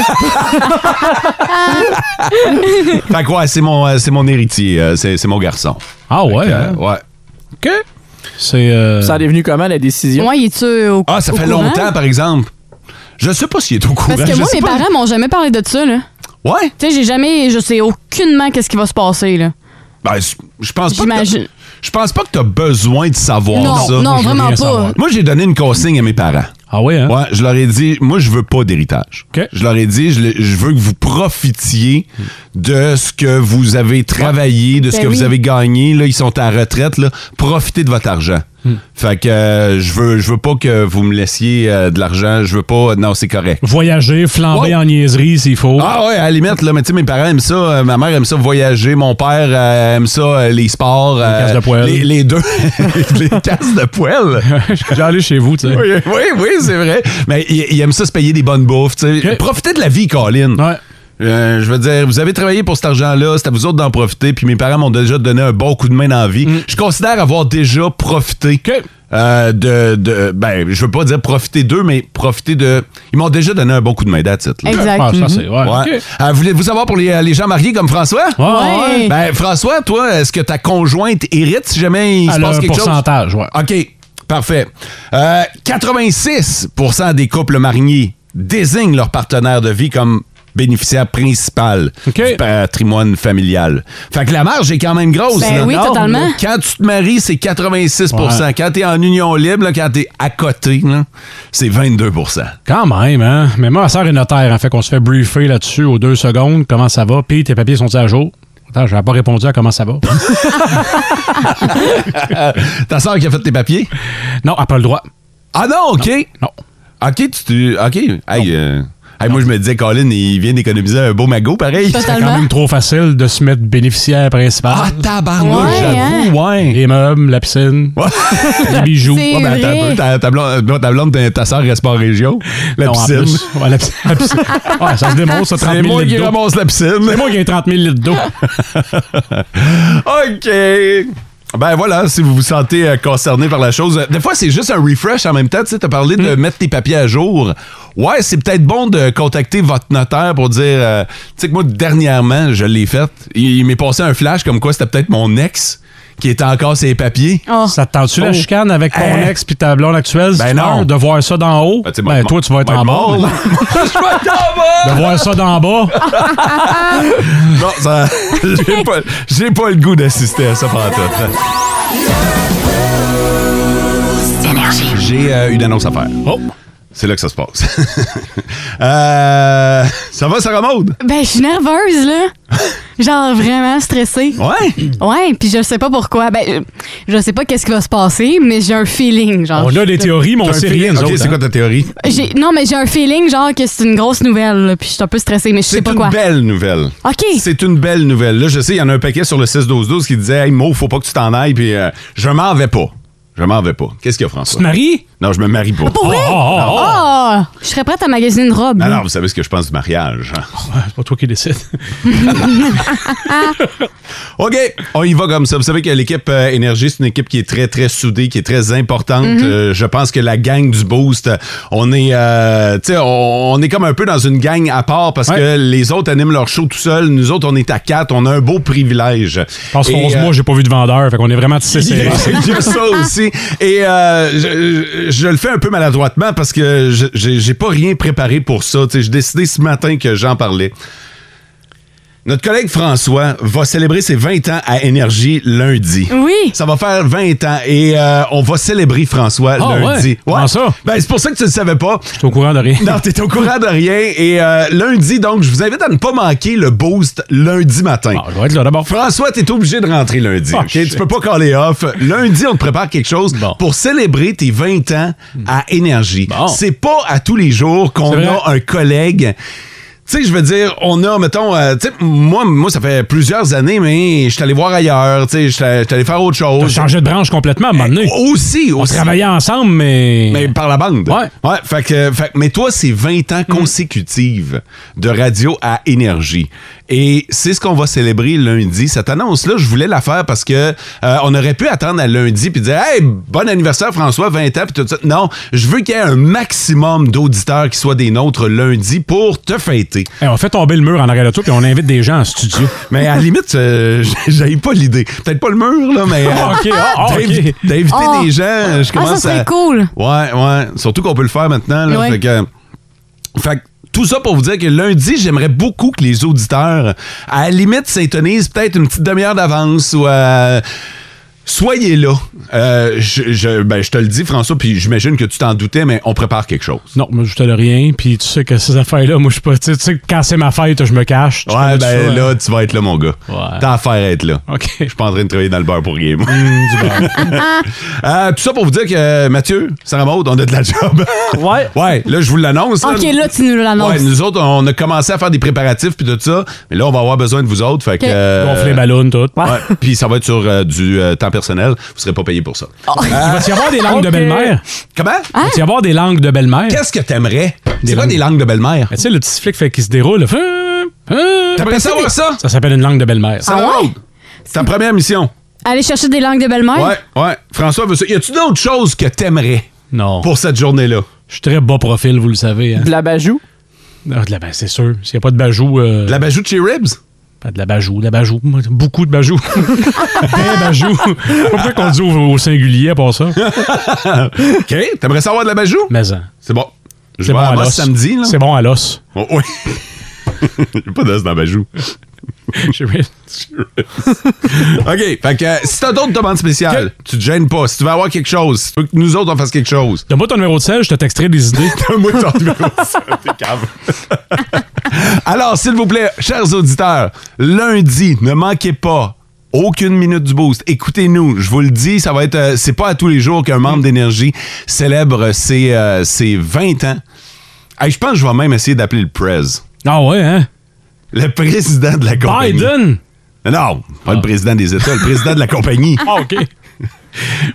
Speaker 2: Fait quoi, c'est mon, euh, c'est mon héritier, euh, c'est c'est mon garçon.
Speaker 3: Ah ouais?
Speaker 2: Euh,
Speaker 3: hein?
Speaker 2: ouais.
Speaker 3: OK. C'est. euh,
Speaker 6: Ça en est venu comment la décision?
Speaker 4: Moi, il est-tu au
Speaker 2: Ah, ça
Speaker 4: au
Speaker 2: fait
Speaker 4: courant?
Speaker 2: longtemps, par exemple. Je sais pas s'il est au courant.
Speaker 4: Parce que
Speaker 2: je
Speaker 4: moi,
Speaker 2: sais
Speaker 4: mes
Speaker 2: pas.
Speaker 4: parents m'ont jamais parlé de ça, là.
Speaker 2: Ouais.
Speaker 4: Tu sais, j'ai jamais. Je sais aucunement qu'est-ce qui va se passer, là.
Speaker 2: Ben, je- je pense pas. que t'as-
Speaker 4: J'imagine.
Speaker 2: Je pense pas que t'as besoin de savoir
Speaker 4: Non,
Speaker 2: ça.
Speaker 3: je
Speaker 4: non,
Speaker 3: veux
Speaker 4: vraiment
Speaker 3: rien
Speaker 4: pas.
Speaker 3: savoir.
Speaker 2: Moi, j'ai donné une consigne à mes parents.
Speaker 3: Ah ouais, hein?
Speaker 2: Ouais, je leur ai dit, moi, je veux pas d'héritage.
Speaker 3: OK.
Speaker 2: Je leur ai dit, je, le- je veux que vous profitiez de ce que vous avez travaillé, de ce
Speaker 4: Ben
Speaker 2: que vous
Speaker 4: oui.
Speaker 2: avez gagné. Là, ils sont à la retraite. Là. Profitez de votre argent.
Speaker 3: Hmm.
Speaker 2: Fait que euh, je veux, je veux pas que vous me laissiez euh, de l'argent. Je veux pas. Non, c'est correct.
Speaker 3: Voyager, flamber
Speaker 2: Ouais.
Speaker 3: en niaiserie s'il faut.
Speaker 2: Ah ouais, à la limite, là, mais tu sais, mes parents aiment ça. euh, ma mère aime ça voyager. Mon père euh, aime ça, euh, les sports. euh,
Speaker 3: casses de poêle.
Speaker 2: Les, les deux. les casses de poêle.
Speaker 3: J'ai allé chez vous, tu sais.
Speaker 2: Oui, oui, oui, c'est vrai. Mais il, il aime ça se payer des bonnes bouffes. tu sais.
Speaker 3: Ok.
Speaker 2: Profitez de la vie, Colin.
Speaker 3: Ouais.
Speaker 2: Euh, je veux dire, vous avez travaillé pour cet argent-là, c'est à vous autres d'en profiter. Puis mes parents m'ont déjà donné un bon coup de main dans la vie.
Speaker 3: Mm.
Speaker 2: Je considère avoir déjà profité euh, de, de- Ben, je veux pas dire profiter d'eux, mais profiter de. Ils m'ont déjà donné un bon coup de main, that's it, là.
Speaker 4: Exact.
Speaker 3: Ah, ça, c'est. Ouais.
Speaker 2: Ouais.
Speaker 3: OK.
Speaker 2: Euh, Voulez-vous savoir pour les, euh, les gens mariés comme François?
Speaker 3: Ouais,
Speaker 4: Ouais.
Speaker 2: Ben, François, toi, est-ce que ta conjointe hérite si jamais il se
Speaker 3: Elle a
Speaker 2: passe
Speaker 3: un
Speaker 2: quelque chose?
Speaker 3: pourcentage, ouais.
Speaker 2: OK, parfait. Euh, 86 des couples mariés désignent leur partenaire de vie comme bénéficiaire principal
Speaker 3: OK.
Speaker 2: du patrimoine familial. Fait que la marge est quand même grosse.
Speaker 4: Ben
Speaker 2: là.
Speaker 4: oui,
Speaker 2: Non,
Speaker 4: totalement.
Speaker 2: là, Quand tu te maries, c'est 86
Speaker 3: Ouais.
Speaker 2: Quand t'es en union libre, là, quand t'es à côté, là, c'est 22
Speaker 3: Quand même, hein? Mais moi, ma soeur est notaire, en fait qu'on se fait briefer là-dessus aux deux secondes. Comment ça va? Puis tes papiers sont à jour? Attends, j'avais pas répondu à comment ça va.
Speaker 2: Ta soeur qui a fait tes papiers?
Speaker 3: non, elle a pas le droit.
Speaker 2: Ah non, OK.
Speaker 3: Non.
Speaker 2: OK, tu te. OK. Hey, euh, hey, moi, je me disais, Colin, il vient d'économiser un beau magot, pareil.
Speaker 3: C'est
Speaker 4: Totalement.
Speaker 3: quand même trop facile de se mettre bénéficiaire principal.
Speaker 2: Ah, hein? tabarnouche,
Speaker 4: Ouais,
Speaker 2: j'avoue, ouais.
Speaker 3: Les meubles, la piscine,
Speaker 2: Ouais.
Speaker 3: les bijoux.
Speaker 4: C'est
Speaker 2: Ouais, ben, attends un peu,
Speaker 4: vrai.
Speaker 2: ta, ta blonde, non, ta, blonde, ta- ta soeur reste pas en région. La
Speaker 3: Non, en
Speaker 2: piscine.
Speaker 3: plus. Ouais, la piscine. la piscine. Ah, ça se démontre, ça, 30
Speaker 2: C'est
Speaker 3: 000
Speaker 2: moi qui
Speaker 3: litres d'eau.
Speaker 2: ramasse la piscine.
Speaker 3: C'est moi qui ai 30 000 litres d'eau.
Speaker 2: OK. Ben voilà, si vous vous sentez euh, concerné par la chose. euh, Des fois, c'est juste un refresh en même temps. Tu sais, t'as parlé
Speaker 3: Hmm.
Speaker 2: de mettre tes papiers à jour. Ouais, c'est peut-être bon de contacter votre notaire pour dire... euh, tu sais que moi, dernièrement, je l'ai fait. Il, il m'est passé un flash comme quoi c'était peut-être mon ex qui est encore ses papiers.
Speaker 3: Ça te tente-tu la
Speaker 2: Oh.
Speaker 3: chicane avec ton
Speaker 2: Hein?
Speaker 3: ex puis ta blonde actuelle? si
Speaker 2: Ben
Speaker 3: tu
Speaker 2: non.
Speaker 3: meurs, De voir ça d'en haut? Ben,
Speaker 2: tu vas être
Speaker 3: toi,
Speaker 2: mort.
Speaker 3: tu vas être
Speaker 2: Moi,
Speaker 3: en
Speaker 2: mort,
Speaker 3: bas.
Speaker 2: là.
Speaker 3: De voir ça d'en bas?
Speaker 2: Non, ça. J'ai pas, j'ai pas le goût d'assister à ça, pantoute. J'ai euh, une annonce à faire.
Speaker 3: Oh!
Speaker 2: C'est là que ça se passe. Euh, ça va, Sarah Maud?
Speaker 4: Ben, je suis nerveuse, là. Genre vraiment stressée.
Speaker 2: Ouais?
Speaker 4: Ouais, puis je sais pas pourquoi. Ben, euh, je sais pas qu'est-ce qui va se passer, mais j'ai un feeling, genre.
Speaker 3: On a des théories, mais on
Speaker 2: T'as un
Speaker 3: sait
Speaker 2: feeling-
Speaker 3: rien, nous
Speaker 2: Ok,
Speaker 3: autres,
Speaker 2: c'est
Speaker 3: hein.
Speaker 2: quoi ta théorie?
Speaker 4: J'ai- Non, mais j'ai un feeling, genre, que c'est une grosse nouvelle, là, puis je suis un peu stressée, mais je sais
Speaker 2: C'est
Speaker 4: pas
Speaker 2: une
Speaker 4: quoi.
Speaker 2: belle nouvelle.
Speaker 4: OK.
Speaker 2: C'est une belle nouvelle. Là, je sais, il y en a un paquet sur le 6-12-12 qui disait Hey, Mo, faut pas que tu t'en ailles, puis euh, je m'en vais pas. Je m'en vais pas. Qu'est-ce qu'il y a, François?
Speaker 3: Tu te maries?
Speaker 2: Non, je me marie pas.
Speaker 4: Pour vrai?
Speaker 3: oh, oh, oh.
Speaker 4: Ah! Je serais prête à magasiner une robe.
Speaker 2: Alors, vous savez ce que je pense du mariage.
Speaker 4: Oh,
Speaker 2: hein?
Speaker 3: Ouais, C'est pas toi qui décide.
Speaker 2: OK, on y va comme ça. Vous savez que l'équipe euh, Énergie, c'est une équipe qui est très, très soudée, qui est très importante.
Speaker 3: Mhm.
Speaker 2: Euh, je pense que la gang du Boost, euh, on est, euh, tu sais, on, on est comme un peu dans une gang à part parce
Speaker 3: Ouais.
Speaker 2: que les autres animent leur show tout seuls. Nous autres, on est à quatre. On a un beau privilège.
Speaker 3: Parce
Speaker 2: Et,
Speaker 3: qu'en 11
Speaker 2: euh,
Speaker 3: mois, j'ai pas vu de vendeur. Fait qu'on est vraiment tissé
Speaker 2: Il y
Speaker 3: serré.
Speaker 2: a- il y a ça aussi. Et euh, je, je- je le fais un peu maladroitement parce que je- j'ai j'ai pas rien préparé pour ça. Tu sais, J'ai décidé ce matin que j'en parlais. Notre collègue François va célébrer ses 20 ans à Énergie lundi.
Speaker 4: Oui!
Speaker 2: Ça va faire 20 ans et euh, on va célébrer François
Speaker 3: Ah,
Speaker 2: lundi.
Speaker 3: ouais? Comment ça?
Speaker 2: Ben, c'est pour ça que tu ne le savais pas.
Speaker 3: Je suis au courant de rien.
Speaker 2: Non, t'es au courant de rien. Et euh, lundi, donc, je vous invite à ne pas manquer le boost lundi matin.
Speaker 3: Bon, Ah, je vais être là d'abord.
Speaker 2: François, t'es obligé de rentrer lundi.
Speaker 3: Ah,
Speaker 2: ok?
Speaker 3: shit.
Speaker 2: Tu peux pas caller off. Lundi, on te prépare quelque chose
Speaker 3: Bon.
Speaker 2: pour célébrer tes 20 ans à Énergie.
Speaker 3: Bon.
Speaker 2: C'est pas à tous les jours qu'on
Speaker 3: C'est vrai.
Speaker 2: a un collègue. Tu sais, je veux dire, on a, mettons, euh, tu sais, moi, moi, ça fait plusieurs années, mais je suis allé voir ailleurs, tu sais, je suis allé- je suis allé faire autre
Speaker 3: On a
Speaker 2: chose.
Speaker 3: changé de branche complètement à un moment donné.
Speaker 2: Aussi, aussi.
Speaker 3: On travaillait ensemble, mais.
Speaker 2: Oh, Mais Ben, par la bande.
Speaker 3: Ouais.
Speaker 2: Ouais, fait que, fait que- mais toi, c'est 20 ans consécutives de radio à énergie. Et c'est ce qu'on va célébrer lundi. Cette annonce-là, je voulais la faire parce que euh, on aurait pu attendre à lundi puis dire Hey, bon anniversaire François, 20 ans, puis tout ça. Non, je veux qu'il y ait un maximum d'auditeurs qui soient des nôtres lundi pour te fêter.
Speaker 3: Hey, Eh, on fait tomber le mur en arrière de toi, puis on invite des gens en studio.
Speaker 2: Mais à la limite, euh, j'avais pas l'idée. Peut-être pas le mur, là, mais. euh,
Speaker 3: OK, ah, OK.
Speaker 2: d'invi- D'inviter
Speaker 4: Oh.
Speaker 2: des gens, je
Speaker 4: Ah,
Speaker 2: commence
Speaker 4: ça serait
Speaker 2: à-
Speaker 4: cool!
Speaker 2: Ouais, ouais. Surtout qu'on peut le faire maintenant. Là,
Speaker 4: Ouais.
Speaker 2: fait que, fait que tout ça pour vous dire que lundi, j'aimerais beaucoup que les auditeurs, à la limite, s'intonisent peut-être une petite demi-heure d'avance ou euh, Soyez là. Euh, je, je- ben, je te le dis, François, puis j'imagine que tu t'en doutais, mais on prépare quelque chose.
Speaker 3: Non, moi, je te le rien. Puis tu sais que ces affaires-là, moi, je suis pas. Tu sais- tu sais que quand c'est ma fête, je me cache. Tu
Speaker 2: Ouais,
Speaker 3: connais
Speaker 2: ben
Speaker 3: ça,
Speaker 2: là,
Speaker 3: hein?
Speaker 2: tu vas être là, mon gars.
Speaker 3: Ouais.
Speaker 2: T'as affaire à être là.
Speaker 3: OK.
Speaker 2: Je suis pas en train de travailler dans le beurre pour rien, moi.
Speaker 3: du beurre.
Speaker 2: Euh, tout ça pour vous dire que, Mathieu, Sarah Maud, on a de la job.
Speaker 6: Ouais.
Speaker 2: ouais, là, je vous l'annonce.
Speaker 4: Ok, là, tu nous l'annonces.
Speaker 2: Ouais, nous autres, on a commencé à faire des préparatifs puis tout ça, mais là, on va avoir besoin de vous autres. Fait que.
Speaker 4: Ok.
Speaker 2: euh,
Speaker 3: Gonfler ballon, tout.
Speaker 2: ouais, Puis ça va être sur euh, du euh, temps personnel. Vous serez pas payé pour ça.
Speaker 3: Il va y avoir des langues de
Speaker 6: OK.
Speaker 3: belle-mère?
Speaker 2: Comment?
Speaker 3: Il va y avoir des langues de belle-mère? Ben,
Speaker 2: Ah. Hein? Qu'est-ce que t'aimerais?
Speaker 3: Des
Speaker 2: C'est quoi
Speaker 3: langues.
Speaker 2: des langues de belle-mère?
Speaker 3: Tu sais, le petit flic fait qu'il se déroule. Hum, hum.
Speaker 2: T'aimerais savoir ça?
Speaker 3: Ça s'appelle une langue de belle-mère.
Speaker 4: Ah
Speaker 2: Ça va? C'est ta première mission.
Speaker 4: Aller chercher des langues de belle-mère?
Speaker 2: Ouais, ouais. François veut ça. Y a-tu d'autres choses que t'aimerais
Speaker 3: Non.
Speaker 2: pour cette journée-là?
Speaker 3: Je suis très bas profil, vous le savez. Hein?
Speaker 6: De la bajou.
Speaker 3: Ah, de la- ben, c'est sûr. S'il n'y a pas de bajou. euh,
Speaker 2: De la bajou de chez Ribs?
Speaker 3: pas de la bajou, de la bajou. Moi, Beaucoup de bajou. Des bajou. Pourquoi qu'on dit au, au singulier à part ça?
Speaker 2: OK. T'aimerais savoir de la bajou?
Speaker 3: Mais hein,
Speaker 2: C'est bon. Je
Speaker 3: c'est
Speaker 2: vais
Speaker 3: bon à
Speaker 2: avoir
Speaker 3: l'os.
Speaker 2: samedi, là.
Speaker 3: C'est bon à l'os.
Speaker 2: Oh, oui. J'ai pas d'os dans la bajou.
Speaker 3: J'ai fait-
Speaker 2: OK. Fait que euh, si t'as d'autres demandes spéciales, tu te gênes pas. Si tu veux avoir quelque chose, si tu veux que nous autres, on fasse quelque chose.
Speaker 3: Donne-moi ton numéro de sel, je te texterai des idées.
Speaker 2: Donne-moi ton numéro, ça, t'es cave. Alors, s'il vous plaît, chers auditeurs, lundi, ne manquez pas. Aucune minute du boost. Écoutez-nous, je vous le dis, ça va être. euh, c'est pas à tous les jours qu'un membre d'énergie célèbre ses, euh, ses 20 ans. Hey, je pense que je vais même essayer d'appeler le Prez.
Speaker 3: Ah ouais, hein?
Speaker 2: Le président de la compagnie.
Speaker 3: Biden!
Speaker 2: Non, pas le président des États, le président de la compagnie.
Speaker 3: Ah, OK.
Speaker 2: Ben,
Speaker 3: Ouais,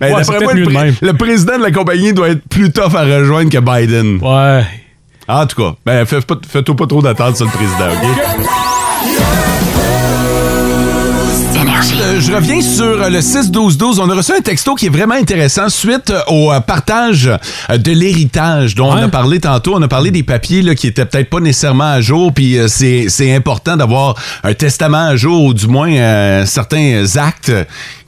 Speaker 2: d'après
Speaker 3: c'est
Speaker 2: moi,
Speaker 3: peut-être
Speaker 2: le,
Speaker 3: mieux de
Speaker 2: pré-
Speaker 3: même.
Speaker 2: le président de la compagnie doit être plus tough à rejoindre que Biden.
Speaker 3: Ouais.
Speaker 2: En tout cas, ben, fais pas- fais-toi pas trop d'attente sur le président, OK? Euh, je reviens sur euh, le 6-12-12. On a reçu un texto qui est vraiment intéressant suite euh, au euh, partage euh, de l'héritage dont on a parlé tantôt. On a parlé des papiers là, qui étaient peut-être pas nécessairement à jour, puis euh, c'est c'est important d'avoir un testament à jour ou du moins euh, certains actes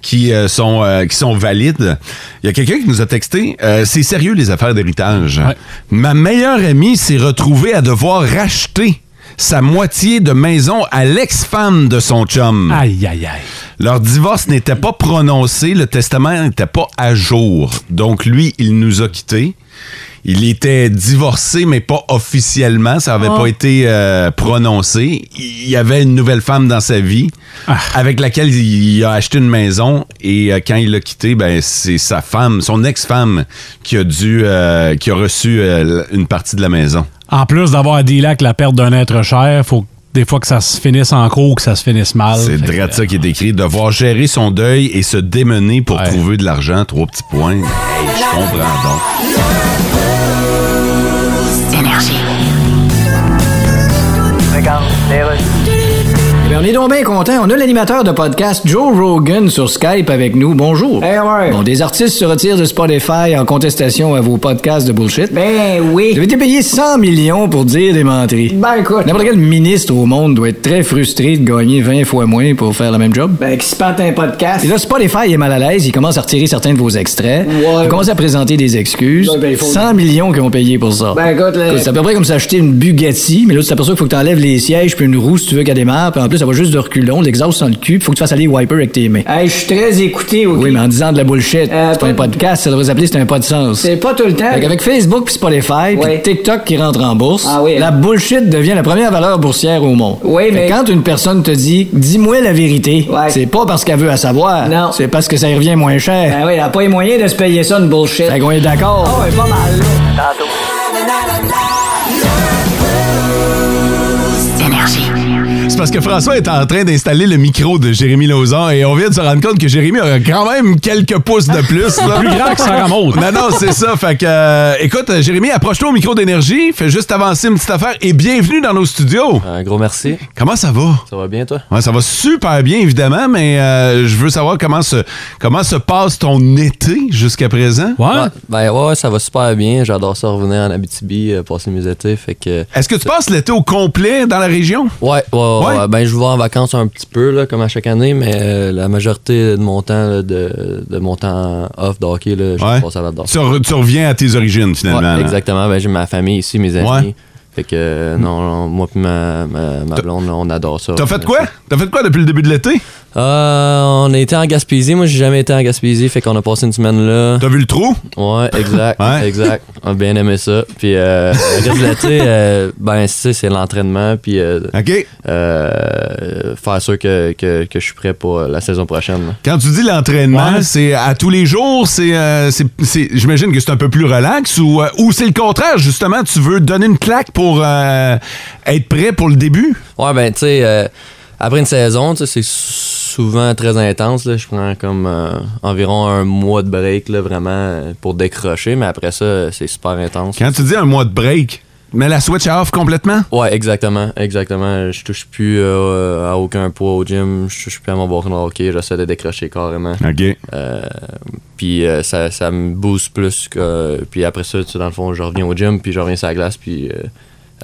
Speaker 2: qui euh, sont euh, qui sont valides. Il y a quelqu'un qui nous a texté euh, c'est sérieux les affaires d'héritage. Ma meilleure amie s'est retrouvée à devoir racheter sa moitié de maison à l'ex-femme de son chum.
Speaker 3: Aïe, aïe, aïe.
Speaker 2: Leur divorce n'était pas prononcé, le testament n'était pas à jour. Donc lui, il nous a quittés. Il était divorcé, mais pas officiellement. Ça n'avait
Speaker 3: Oh.
Speaker 2: pas été euh, prononcé. Il y avait une nouvelle femme dans sa vie avec laquelle il a acheté une maison. Et euh, quand il l'a quitté, ben, c'est sa femme, son ex-femme, qui a dû, euh, qui a reçu euh, une partie de la maison.
Speaker 3: En plus d'avoir à dealer avec la perte d'un être cher, faut des fois que ça se finisse en cours ou que ça se finisse mal.
Speaker 2: C'est Drat ça qui est écrit. Devoir gérer son deuil et se démener pour trouver de l'argent, trois petits points. Hey, je comprends donc.
Speaker 8: Eh bien, on est donc bien content. On a l'animateur de podcast Joe Rogan sur Skype avec nous. Bonjour. Bon, des artistes se retirent de Spotify en contestation à vos podcasts de bullshit. Ben oui. Vous avez été payé 100 millions pour dire des menteries. Ben écoute. N'importe quel ministre au monde doit être très frustré de gagner 20 fois moins pour faire le même job. Ben, qui se pente un podcast. Et là, Spotify est mal à l'aise. Il commence à retirer certains de vos extraits. Il commence à présenter des excuses.
Speaker 9: Ouais, ben, il faut-
Speaker 8: 100 millions qu'ils ont payé pour ça.
Speaker 9: Ben, écoute, là-
Speaker 8: C'est à peu près comme s'acheter une Bugatti, mais là, tu t'aperçois qu'il faut que t'enlèves les sièges puis une roue si tu veux qu'elle démarre. Puis en plus, ça va juste de reculons, l'exhaust sans le cul, puis faut que tu fasses aller les wipers avec tes mains.
Speaker 9: Hey, je suis très écouté, OK?
Speaker 8: Oui, mais en disant de la bullshit, c'est pas un podcast, ça devrait s'appeler c'est un pas de sens.
Speaker 9: Euh, C'est pas tout le temps.
Speaker 8: Fait qu'avec Facebook puis Spotify puis
Speaker 9: Ouais.
Speaker 8: TikTok qui rentre en bourse,
Speaker 9: Ah oui, hein.
Speaker 8: la bullshit devient la première valeur boursière au monde.
Speaker 9: Oui,
Speaker 8: Fait
Speaker 9: mais-
Speaker 8: quand une personne te dit dis-moi la vérité,
Speaker 9: Ouais.
Speaker 8: c'est pas parce qu'elle veut à savoir,
Speaker 9: Non.
Speaker 8: c'est parce que ça y revient moins cher.
Speaker 9: Ben oui, elle a pas les moyens de se payer ça, une bullshit.
Speaker 8: Fait qu'on est d'accord.
Speaker 9: Ah ouais, pas mal, là.
Speaker 2: C'est parce que François est en train d'installer le micro de Jérémy Lauzon et on vient de se rendre compte que Jérémy a quand même quelques pouces de plus. là.
Speaker 3: Plus grand que Sarah Maud.
Speaker 2: Non, non, c'est ça. Fait que, euh, écoute, euh, Jérémy, approche-toi au micro d'énergie, fais juste avancer une petite affaire et bienvenue dans nos studios.
Speaker 11: Un gros merci.
Speaker 2: Comment ça va?
Speaker 11: Ça va bien, toi?
Speaker 2: Ouais, ça va super bien, évidemment, mais euh, je veux savoir comment se, comment se passe ton été jusqu'à présent.
Speaker 11: Ouais, ben ouais, ouais, ça va super bien. J'adore ça revenir en Abitibi, euh, passer mes étés. Fait que.
Speaker 2: Est-ce que tu passes l'été au complet dans la région?
Speaker 11: Ouais, ouais, ouais,
Speaker 2: Ouais?
Speaker 11: ouais. Ben, je vais en vacances un petit peu, là, comme à chaque année, mais euh, la majorité de mon temps, là, de, de mon temps off de hockey, là, je
Speaker 2: Ouais.
Speaker 11: passe à la danse.
Speaker 2: Tu, re- tu reviens à tes origines, finalement.
Speaker 11: Ouais,
Speaker 2: là.
Speaker 11: exactement. Ben, j'ai ma famille ici, mes amis.
Speaker 2: Ouais.
Speaker 11: Fait que, euh, non, non, moi puis ma, ma, ma blonde, là, on adore ça.
Speaker 2: T'as fait quoi? T'as fait quoi depuis le début de l'été?
Speaker 11: Euh, on a été en Gaspésie. Moi, j'ai jamais été en Gaspésie. Fait qu'on a passé une semaine là.
Speaker 2: T'as vu le trou?
Speaker 11: Hein? Ouais, exact.
Speaker 2: Ouais.
Speaker 11: Exact. On a bien aimé ça. Puis, euh, le reste de l'été, euh, ben, tu sais, c'est l'entraînement. Puis, euh,
Speaker 2: OK.
Speaker 11: euh, faire sûr que, que, que je suis prêt pour la saison prochaine. là.
Speaker 2: Quand tu dis l'entraînement, c'est à tous les jours, c'est, euh, c'est- c'est- j'imagine que c'est un peu plus relax ou, euh, ou c'est le contraire, justement, tu veux donner une claque pour euh, être prêt pour le début?
Speaker 11: Ouais, ben, tu sais, euh, après une saison, tu sais, c'est souvent très intense. là. Je prends comme euh, environ un mois de break, là, vraiment, euh, pour décrocher. Mais après ça, euh, c'est super intense.
Speaker 2: Quand tu dis un mois de break, mets la switch off complètement?
Speaker 11: Ouais, exactement, exactement. Je touche plus euh, à aucun poids au gym, je touche plus à mon bâton de hockey, j'essaie de décrocher carrément.
Speaker 2: OK.
Speaker 11: Euh, puis euh, ça, ça me booste plus. Que, puis après ça, tu sais, dans le fond, je reviens au gym, puis je reviens sur la glace, puis. euh,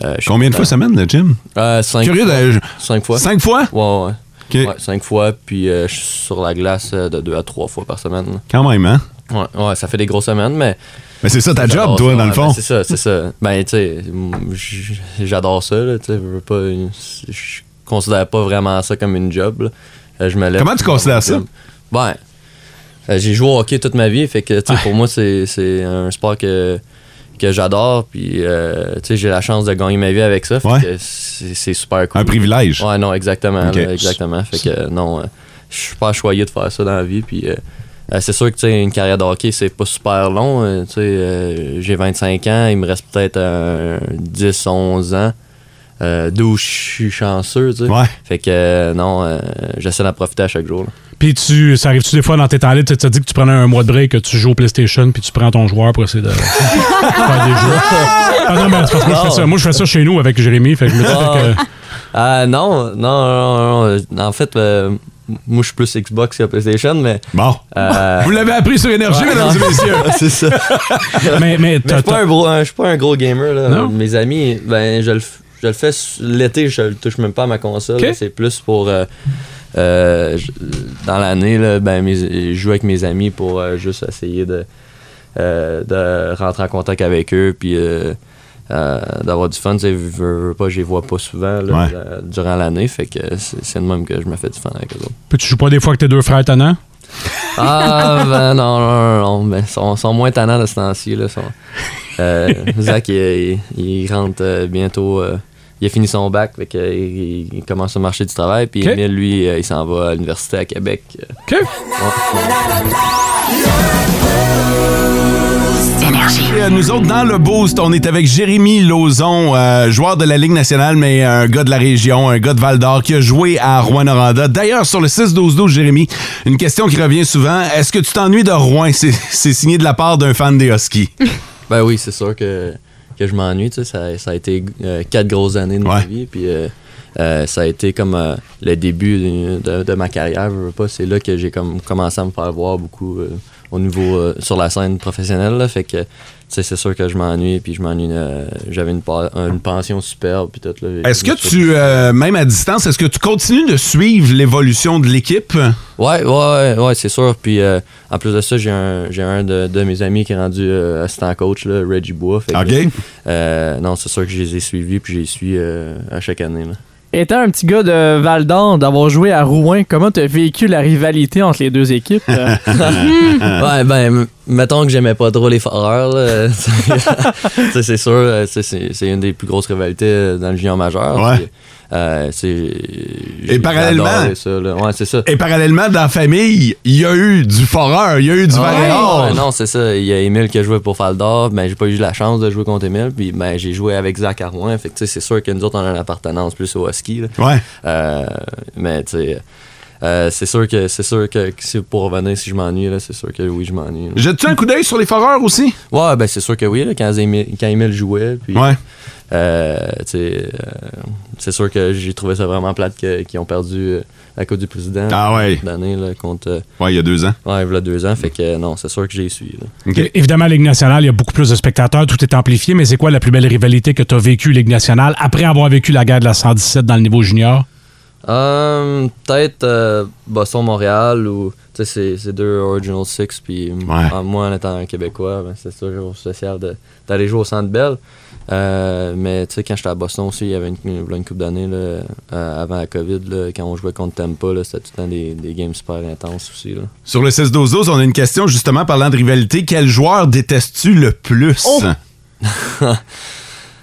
Speaker 11: euh, je suis
Speaker 2: Combien de
Speaker 11: content.
Speaker 2: fois semaine le gym?
Speaker 11: Euh, cinq
Speaker 2: Curieux
Speaker 11: fois.
Speaker 2: de- je-
Speaker 11: Cinq fois.
Speaker 2: Cinq fois?
Speaker 11: Ouais, ouais.
Speaker 2: OK.
Speaker 11: Ouais, cinq fois, puis euh, je suis sur la glace euh, de deux à trois fois par semaine.
Speaker 2: Quand même, hein?
Speaker 11: Ouais, ouais, ça fait des grosses semaines, mais.
Speaker 2: Mais c'est ça ta job,
Speaker 11: J'adore
Speaker 2: toi,
Speaker 11: ça,
Speaker 2: dans le
Speaker 11: ouais,
Speaker 2: fond.
Speaker 11: ben, c'est ça, c'est ça. Ben, tu sais, m- j- j'adore ça, là, tu sais, je veux pas... Je considère pas vraiment ça comme une job, là. Euh, Je me lève...
Speaker 2: Comment tu considères ça?
Speaker 11: Ben, euh, j'ai joué au hockey toute ma vie, fait que, tu sais, pour moi, c'est c'est un sport que que j'adore, puis, euh, tu sais, j'ai la chance de gagner ma vie avec ça, fait
Speaker 2: Ouais.
Speaker 11: que c'est c'est super cool.
Speaker 2: Un privilège.
Speaker 11: Ouais, non, exactement,
Speaker 2: Ok.
Speaker 11: là, exactement. Fait que, euh, non, euh, je suis pas choyé de faire ça dans la vie, puis... euh, euh, c'est sûr que tu sais, une carrière de hockey, c'est pas super long. euh, tu sais, euh, j'ai 25 ans, il me reste peut-être euh, 10, 11 ans. Euh, D'où je suis chanceux, tu sais.
Speaker 2: Ouais.
Speaker 11: Fait que euh, non, euh, j'essaie d'en profiter à chaque jour. là.
Speaker 3: Puis tu, ça arrive-tu des fois dans tes temps libres, tu te dis que tu prenais un mois de break, que tu joues au PlayStation, puis tu prends ton joueur pour essayer de faire des jeux. Ah non, mais c'est parce que moi, je fais ça. Moi, je fais ça chez nous avec Jérémy, fait que je me dis
Speaker 11: Ah,
Speaker 3: que...
Speaker 11: ah, non, non, non, non, En fait, euh, m- moi, je suis plus Xbox que PlayStation, mais.
Speaker 2: Bon.
Speaker 11: Euh,
Speaker 2: Vous l'avez appris sur Énergie, mesdames et messieurs.
Speaker 11: C'est ça.
Speaker 3: mais mais
Speaker 11: je
Speaker 3: t'as-
Speaker 11: suis pas, un gros- un- je suis pas un gros gamer. Là.
Speaker 3: Non?
Speaker 11: Mes amis, ben, je le, f- je le fais s- l'été, je le touche même pas à ma console. là. C'est plus pour. euh, euh, je- dans l'année, là, ben, mes- je joue avec mes amis pour euh, juste essayer de, euh, de rentrer en contact avec eux. Puis. euh, euh, d'avoir du fun, tu sais, veux- veux pas, je les vois pas souvent là,
Speaker 3: Ouais.
Speaker 11: euh, durant l'année, fait que c'est c'est de même que je me fais du fun avec eux autres.
Speaker 3: Puis tu joues pas des fois avec tes deux frères tannants?
Speaker 11: Ah, ben non, non, non, non, ben, ils sont, sont moins tannants de ce temps-ci. Là, sont, euh, Zach, il, il- il rentre euh, bientôt. euh, il a fini son bac, fait que, il, il commence à marché du travail. Puis
Speaker 3: Ok.
Speaker 11: Emile, lui, euh, il s'en va à l'université à Québec.
Speaker 3: OK.
Speaker 2: Et, euh, nous autres, dans le Boost, on est avec Jérémy Lauzon, euh, joueur de la Ligue nationale, mais un gars de la région, un gars de Val-d'Or qui a joué à Rouen-Noranda. D'ailleurs, sur le 6-12-12, Jérémy, une question qui revient souvent. Est-ce que tu t'ennuies de Rouen? C'est c'est signé de la part d'un fan des Huskies.
Speaker 11: Ben oui, c'est sûr que, que je m'ennuie. tu sais, Ça, ça a été euh, quatre grosses années de ma vie. Puis euh, euh, ça a été comme euh, le début de, de- de ma carrière. je veux pas, C'est là que j'ai comme commencé à me faire voir beaucoup euh, au niveau euh, sur la scène professionnelle. là. fait que tu sais, c'est sûr que je m'ennuie. Puis je m'ennuie. euh, J'avais une, pa- une pension superbe. Puis tout, là.
Speaker 2: Est-ce que
Speaker 11: Je-
Speaker 2: tu, euh, même à distance, est-ce que tu continues de suivre l'évolution de l'équipe?
Speaker 11: Ouais, ouais, ouais, ouais, c'est sûr. Puis euh, en plus de ça, j'ai un, j'ai un de, de mes amis qui est rendu euh, assistant coach, là, Reggie Bois. Fait que,
Speaker 2: OK.
Speaker 11: euh, non, c'est sûr que je les ai suivis, puis je les suis euh, à chaque année. là.
Speaker 6: Étant un petit gars de Val d'Or, d'avoir joué à Rouen, comment t'as vécu la rivalité entre les deux équipes? euh?
Speaker 2: Ah.
Speaker 11: ouais, ben, m- mettons que j'aimais pas trop les Foreurs. là. Tu sais, c'est sûr, euh, tu sais, c'est c'est une des plus grosses rivalités euh, dans le junior majeur.
Speaker 2: Ouais.
Speaker 11: Puis, euh, c'est- j'ai
Speaker 2: parallèlement-
Speaker 11: adoré ça, là. Ouais, c'est ça.
Speaker 2: Et parallèlement, dans la famille, il y a eu du foreur, il y a eu du Val-d'Or.
Speaker 11: Ouais, non, c'est ça. Il y a Emile qui a joué pour Faldor. Ben, j'ai pas eu la chance de jouer contre Emile. Puis, ben, j'ai joué avec Zach Arouin. Fait que, tu sais, c'est sûr que nous autres, on a une appartenance plus au ski. là.
Speaker 2: Ouais.
Speaker 11: Euh, mais, tu sais, euh, c'est sûr que, c'est sûr que, que si- pour revenir, si je m'ennuie, là, c'est sûr que oui, je m'ennuie. là.
Speaker 2: Jettes-tu un coup d'œil sur les foreurs aussi?
Speaker 11: Ouais, ben, c'est sûr que oui, là, quand, Emile, quand Emile jouait. Puis,
Speaker 2: Ouais.
Speaker 11: euh, tu sais, euh, c'est sûr que j'ai trouvé ça vraiment plate que- qu'ils ont perdu euh, la Coupe du Président.
Speaker 2: Ah ouais.
Speaker 11: cette année, là, contre. euh,
Speaker 2: Ouais, il y a deux ans.
Speaker 11: Ouais, il y a deux ans. Fait que euh, non, c'est sûr que j'ai suivi. là.
Speaker 3: Évidemment, Ligue nationale, il y a beaucoup plus de spectateurs, tout est amplifié, mais c'est quoi la plus belle rivalité que tu as vécue, Ligue nationale, après avoir vécu la guerre de la 117 dans le niveau junior?
Speaker 11: Hum, Peut-être euh, Boston-Montréal ou. Tu sais, c'est- c'est deux Original Six. Puis m- en- Ah, moi, en étant un Québécois, ben, c'est toujours spécial de- d'aller jouer au Centre Bell. Euh, mais tu sais, quand j'étais à Boston aussi, il y avait une, une, une couple d'années là, euh, avant la COVID, là, quand on jouait contre Tampa, là, c'était tout le temps des, des games super intenses aussi. Là.
Speaker 2: Sur le 16-12-12, on a une question justement parlant de rivalité. Quel joueur détestes-tu le plus?
Speaker 11: Oh!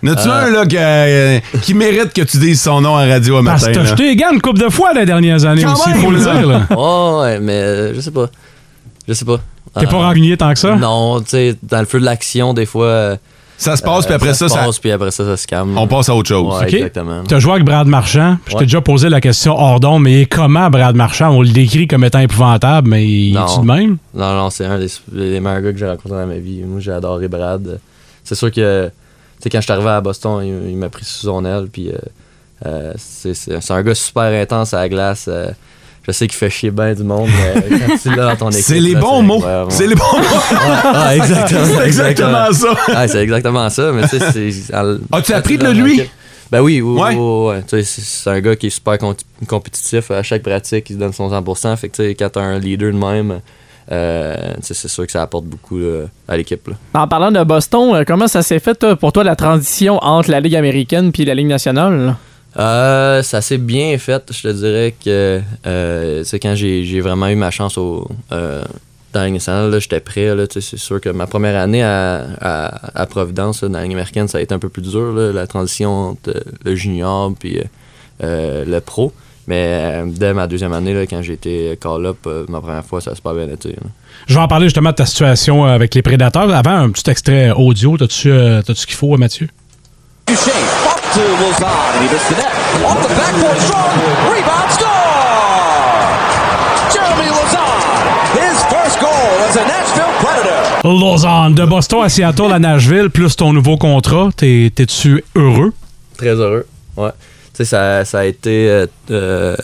Speaker 2: N'as-tu
Speaker 11: Euh.
Speaker 2: un là, que, euh, qui mérite que tu dises son nom à radio à
Speaker 3: Parce
Speaker 2: matin?
Speaker 3: que t'as
Speaker 2: là?
Speaker 3: jeté les gants une couple de fois les dernières années
Speaker 2: Quand
Speaker 3: aussi, il
Speaker 2: même,
Speaker 3: faut le
Speaker 2: là.
Speaker 3: dire. Là.
Speaker 11: Ouais, ouais, mais euh, je sais pas. Je sais pas.
Speaker 3: T'es pas rancunier tant que ça?
Speaker 11: Ah. Non, tu sais, dans le feu de l'action, des fois. euh,
Speaker 2: Ça se passe,
Speaker 11: euh,
Speaker 2: puis Ah, après ça,
Speaker 11: se
Speaker 2: ça-
Speaker 11: passe, puis après ça, ça se calme.
Speaker 2: On passe à autre chose.
Speaker 11: Ouais,
Speaker 2: OK.
Speaker 11: Exactement.
Speaker 3: T'as joué avec Brad Marchand, puis je
Speaker 11: Ouais.
Speaker 3: t'ai déjà posé la question hors d'onde, mais comment Brad Marchand, on le décrit comme étant épouvantable, mais il est-tu de même?
Speaker 11: Non, non, c'est un des, des meilleurs gars que j'ai rencontré dans ma vie. Moi, j'ai adoré Brad. C'est sûr que, tu sais, quand je suis arrivé à Boston, il, il m'a pris sous son aile. Puis, euh, euh, c'est c'est- c'est un gars super intense à la glace. euh, je sais qu'il fait chier bien du monde, mais quand tu l'as dans ton équipe.
Speaker 2: C'est les
Speaker 11: là,
Speaker 2: bons mots.
Speaker 11: incroyable.
Speaker 2: C'est les bons mots.
Speaker 11: Ouais, ouais, exactement.
Speaker 2: C'est exactement ça.
Speaker 11: Ouais, Ah, c'est exactement ça. Mais tu sais, c'est.
Speaker 2: As-tu appris de
Speaker 11: dans
Speaker 2: lui?
Speaker 11: laquelle- Ben oui, oui,
Speaker 2: Ouais.
Speaker 11: oui, oui, ouais. Tu sais, C'est c'est un gars qui est super comp- compétitif. À chaque pratique, il se donne son 100%. Fait que, tu sais, quand t'as un leader de même, euh, tu sais, c'est sûr que ça apporte beaucoup là, à l'équipe. là.
Speaker 6: En parlant de Boston, euh, comment ça s'est fait toi, pour toi la transition entre la Ligue américaine puis la Ligue nationale? là?
Speaker 11: Euh, ça s'est bien fait. Je te dirais que euh, tu sais, quand j'ai j'ai vraiment eu ma chance au, euh, dans la Ligue nationale, là, j'étais prêt. là, tu sais, C'est sûr que ma première année à, à- à Providence, là, dans la Ligue américaine, ça a été un peu plus dur, là, la transition entre euh, le junior puis euh, euh, le pro. Mais euh, dès ma deuxième année, là, quand j'ai été call-up, euh, ma première fois, ça s'est pas bien été. là.
Speaker 3: Je vais en parler justement de ta situation euh, avec les prédateurs. Avant, un petit extrait audio, t'as-tu euh, t'as-tu ce qu'il faut, euh, Mathieu?
Speaker 10: Duchesne, up to Lazard, and he hits the net. Off the backboard, strong, rebound, score! Jeremy Lazard, his first goal as a Nashville Predator.
Speaker 3: Lausanne, de Boston à Seattle à Nashville, plus ton nouveau contrat, t'es- t'es-tu heureux?
Speaker 11: Très heureux. Ouais. Tu sais, ça, ça a été. euh, euh,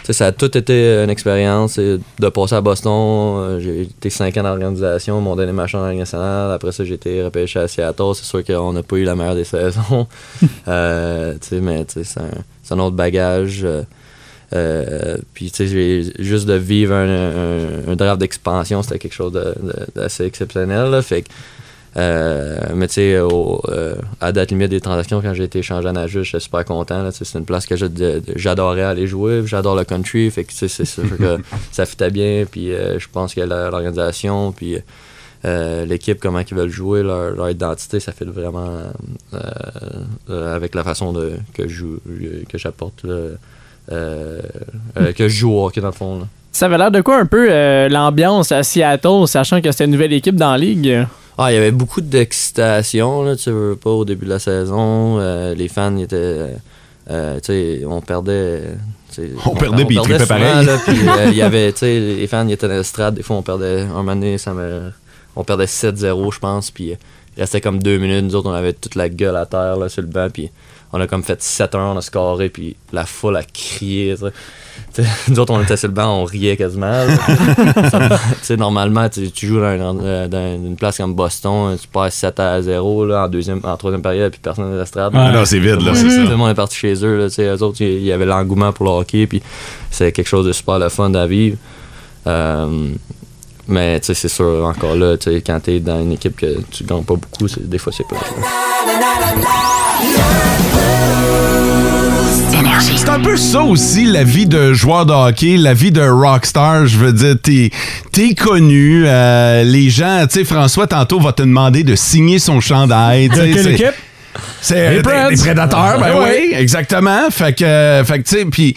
Speaker 11: Tu sais, ça a tout été une expérience. et De passer à Boston, euh, j'ai été 5 ans dans l'organisation, mon dernier match en Ligue nationale. Après ça, j'ai été repêché à Seattle. C'est sûr qu'on n'a pas eu la meilleure des saisons. Euh, tu sais, mais tu sais, c'est un, c'est un autre bagage. euh, euh, puis, tu sais, j'ai- juste de vivre un, un- un draft d'expansion, c'était quelque chose de- de- d'assez exceptionnel. là. Fait que, euh, mais tu sais, au- euh, à date limite des transactions, quand j'ai été échangé à Nashville, j'étais super content. là. Tu sais, C'est une place que je- de- de- j'adorais aller jouer. J'adore le country. Fait que, tu sais, c'est sûr que ça fitait bien. Puis, euh, je pense que la- l'organisation, puis euh, l'équipe, comment ils veulent jouer, leur, leur identité, ça fait vraiment euh, euh, avec la façon de, que je joue- que j'apporte. là. Euh, euh, que je joue au hockey dans le fond. là.
Speaker 6: Ça avait l'air de quoi un peu euh, l'ambiance à Seattle, sachant que c'était une nouvelle équipe dans la ligue?
Speaker 11: Ah, il y avait beaucoup d'excitation, là, tu veux pas, au début de la saison. Euh, les fans, ils étaient. euh, euh, tu sais, on perdait. tu sais,
Speaker 2: On perdait, puis ils trippaient
Speaker 11: souvent,
Speaker 2: pareil.
Speaker 11: là, puis, euh, il y avait, tu sais, les fans, ils étaient dans l'estrade. Des fois, on perdait. Un moment donné, ça me- on perdait 7-0, je pense, puis euh, il restait comme deux minutes. Nous autres, on avait toute la gueule à terre, là, sur le banc, puis on a comme fait 7-1, on a scoré, puis la foule a crié, tu sais. Tu sais, Nous autres, on était sur le banc, on riait quasiment. là. Ça- tu sais, normalement, tu, tu joues dans, un- euh, dans une place comme Boston, tu passes 7 à 0 là, en, deuxième, en troisième période, puis personne n'est l'estrade.
Speaker 2: Ah non, c'est vide, là, c'est ça.
Speaker 11: Tout le monde est parti chez eux. Là, tu sais, eux autres, il y avait l'engouement pour le hockey, puis c'est quelque chose de super le fun à vivre. Euh, mais tu sais, c'est sûr, encore là, tu sais, quand t'es dans une équipe que tu gagnes pas beaucoup, c'est- des fois, c'est pas
Speaker 2: C'est un peu ça aussi, la vie de joueur de hockey, la vie de rockstar. Je veux dire, t'es es connu. euh, les gens, tu sais, François, tantôt, va te demander de signer son chandail.
Speaker 3: De
Speaker 2: tu sais,
Speaker 3: quelle
Speaker 2: c'est-
Speaker 3: équipe?
Speaker 2: C'est
Speaker 3: Les
Speaker 2: les,
Speaker 3: Preds.
Speaker 2: les prédateurs, ben
Speaker 3: Ah,
Speaker 2: oui,
Speaker 3: ouais.
Speaker 2: exactement. Fait que, euh, fait que, tu sais, puis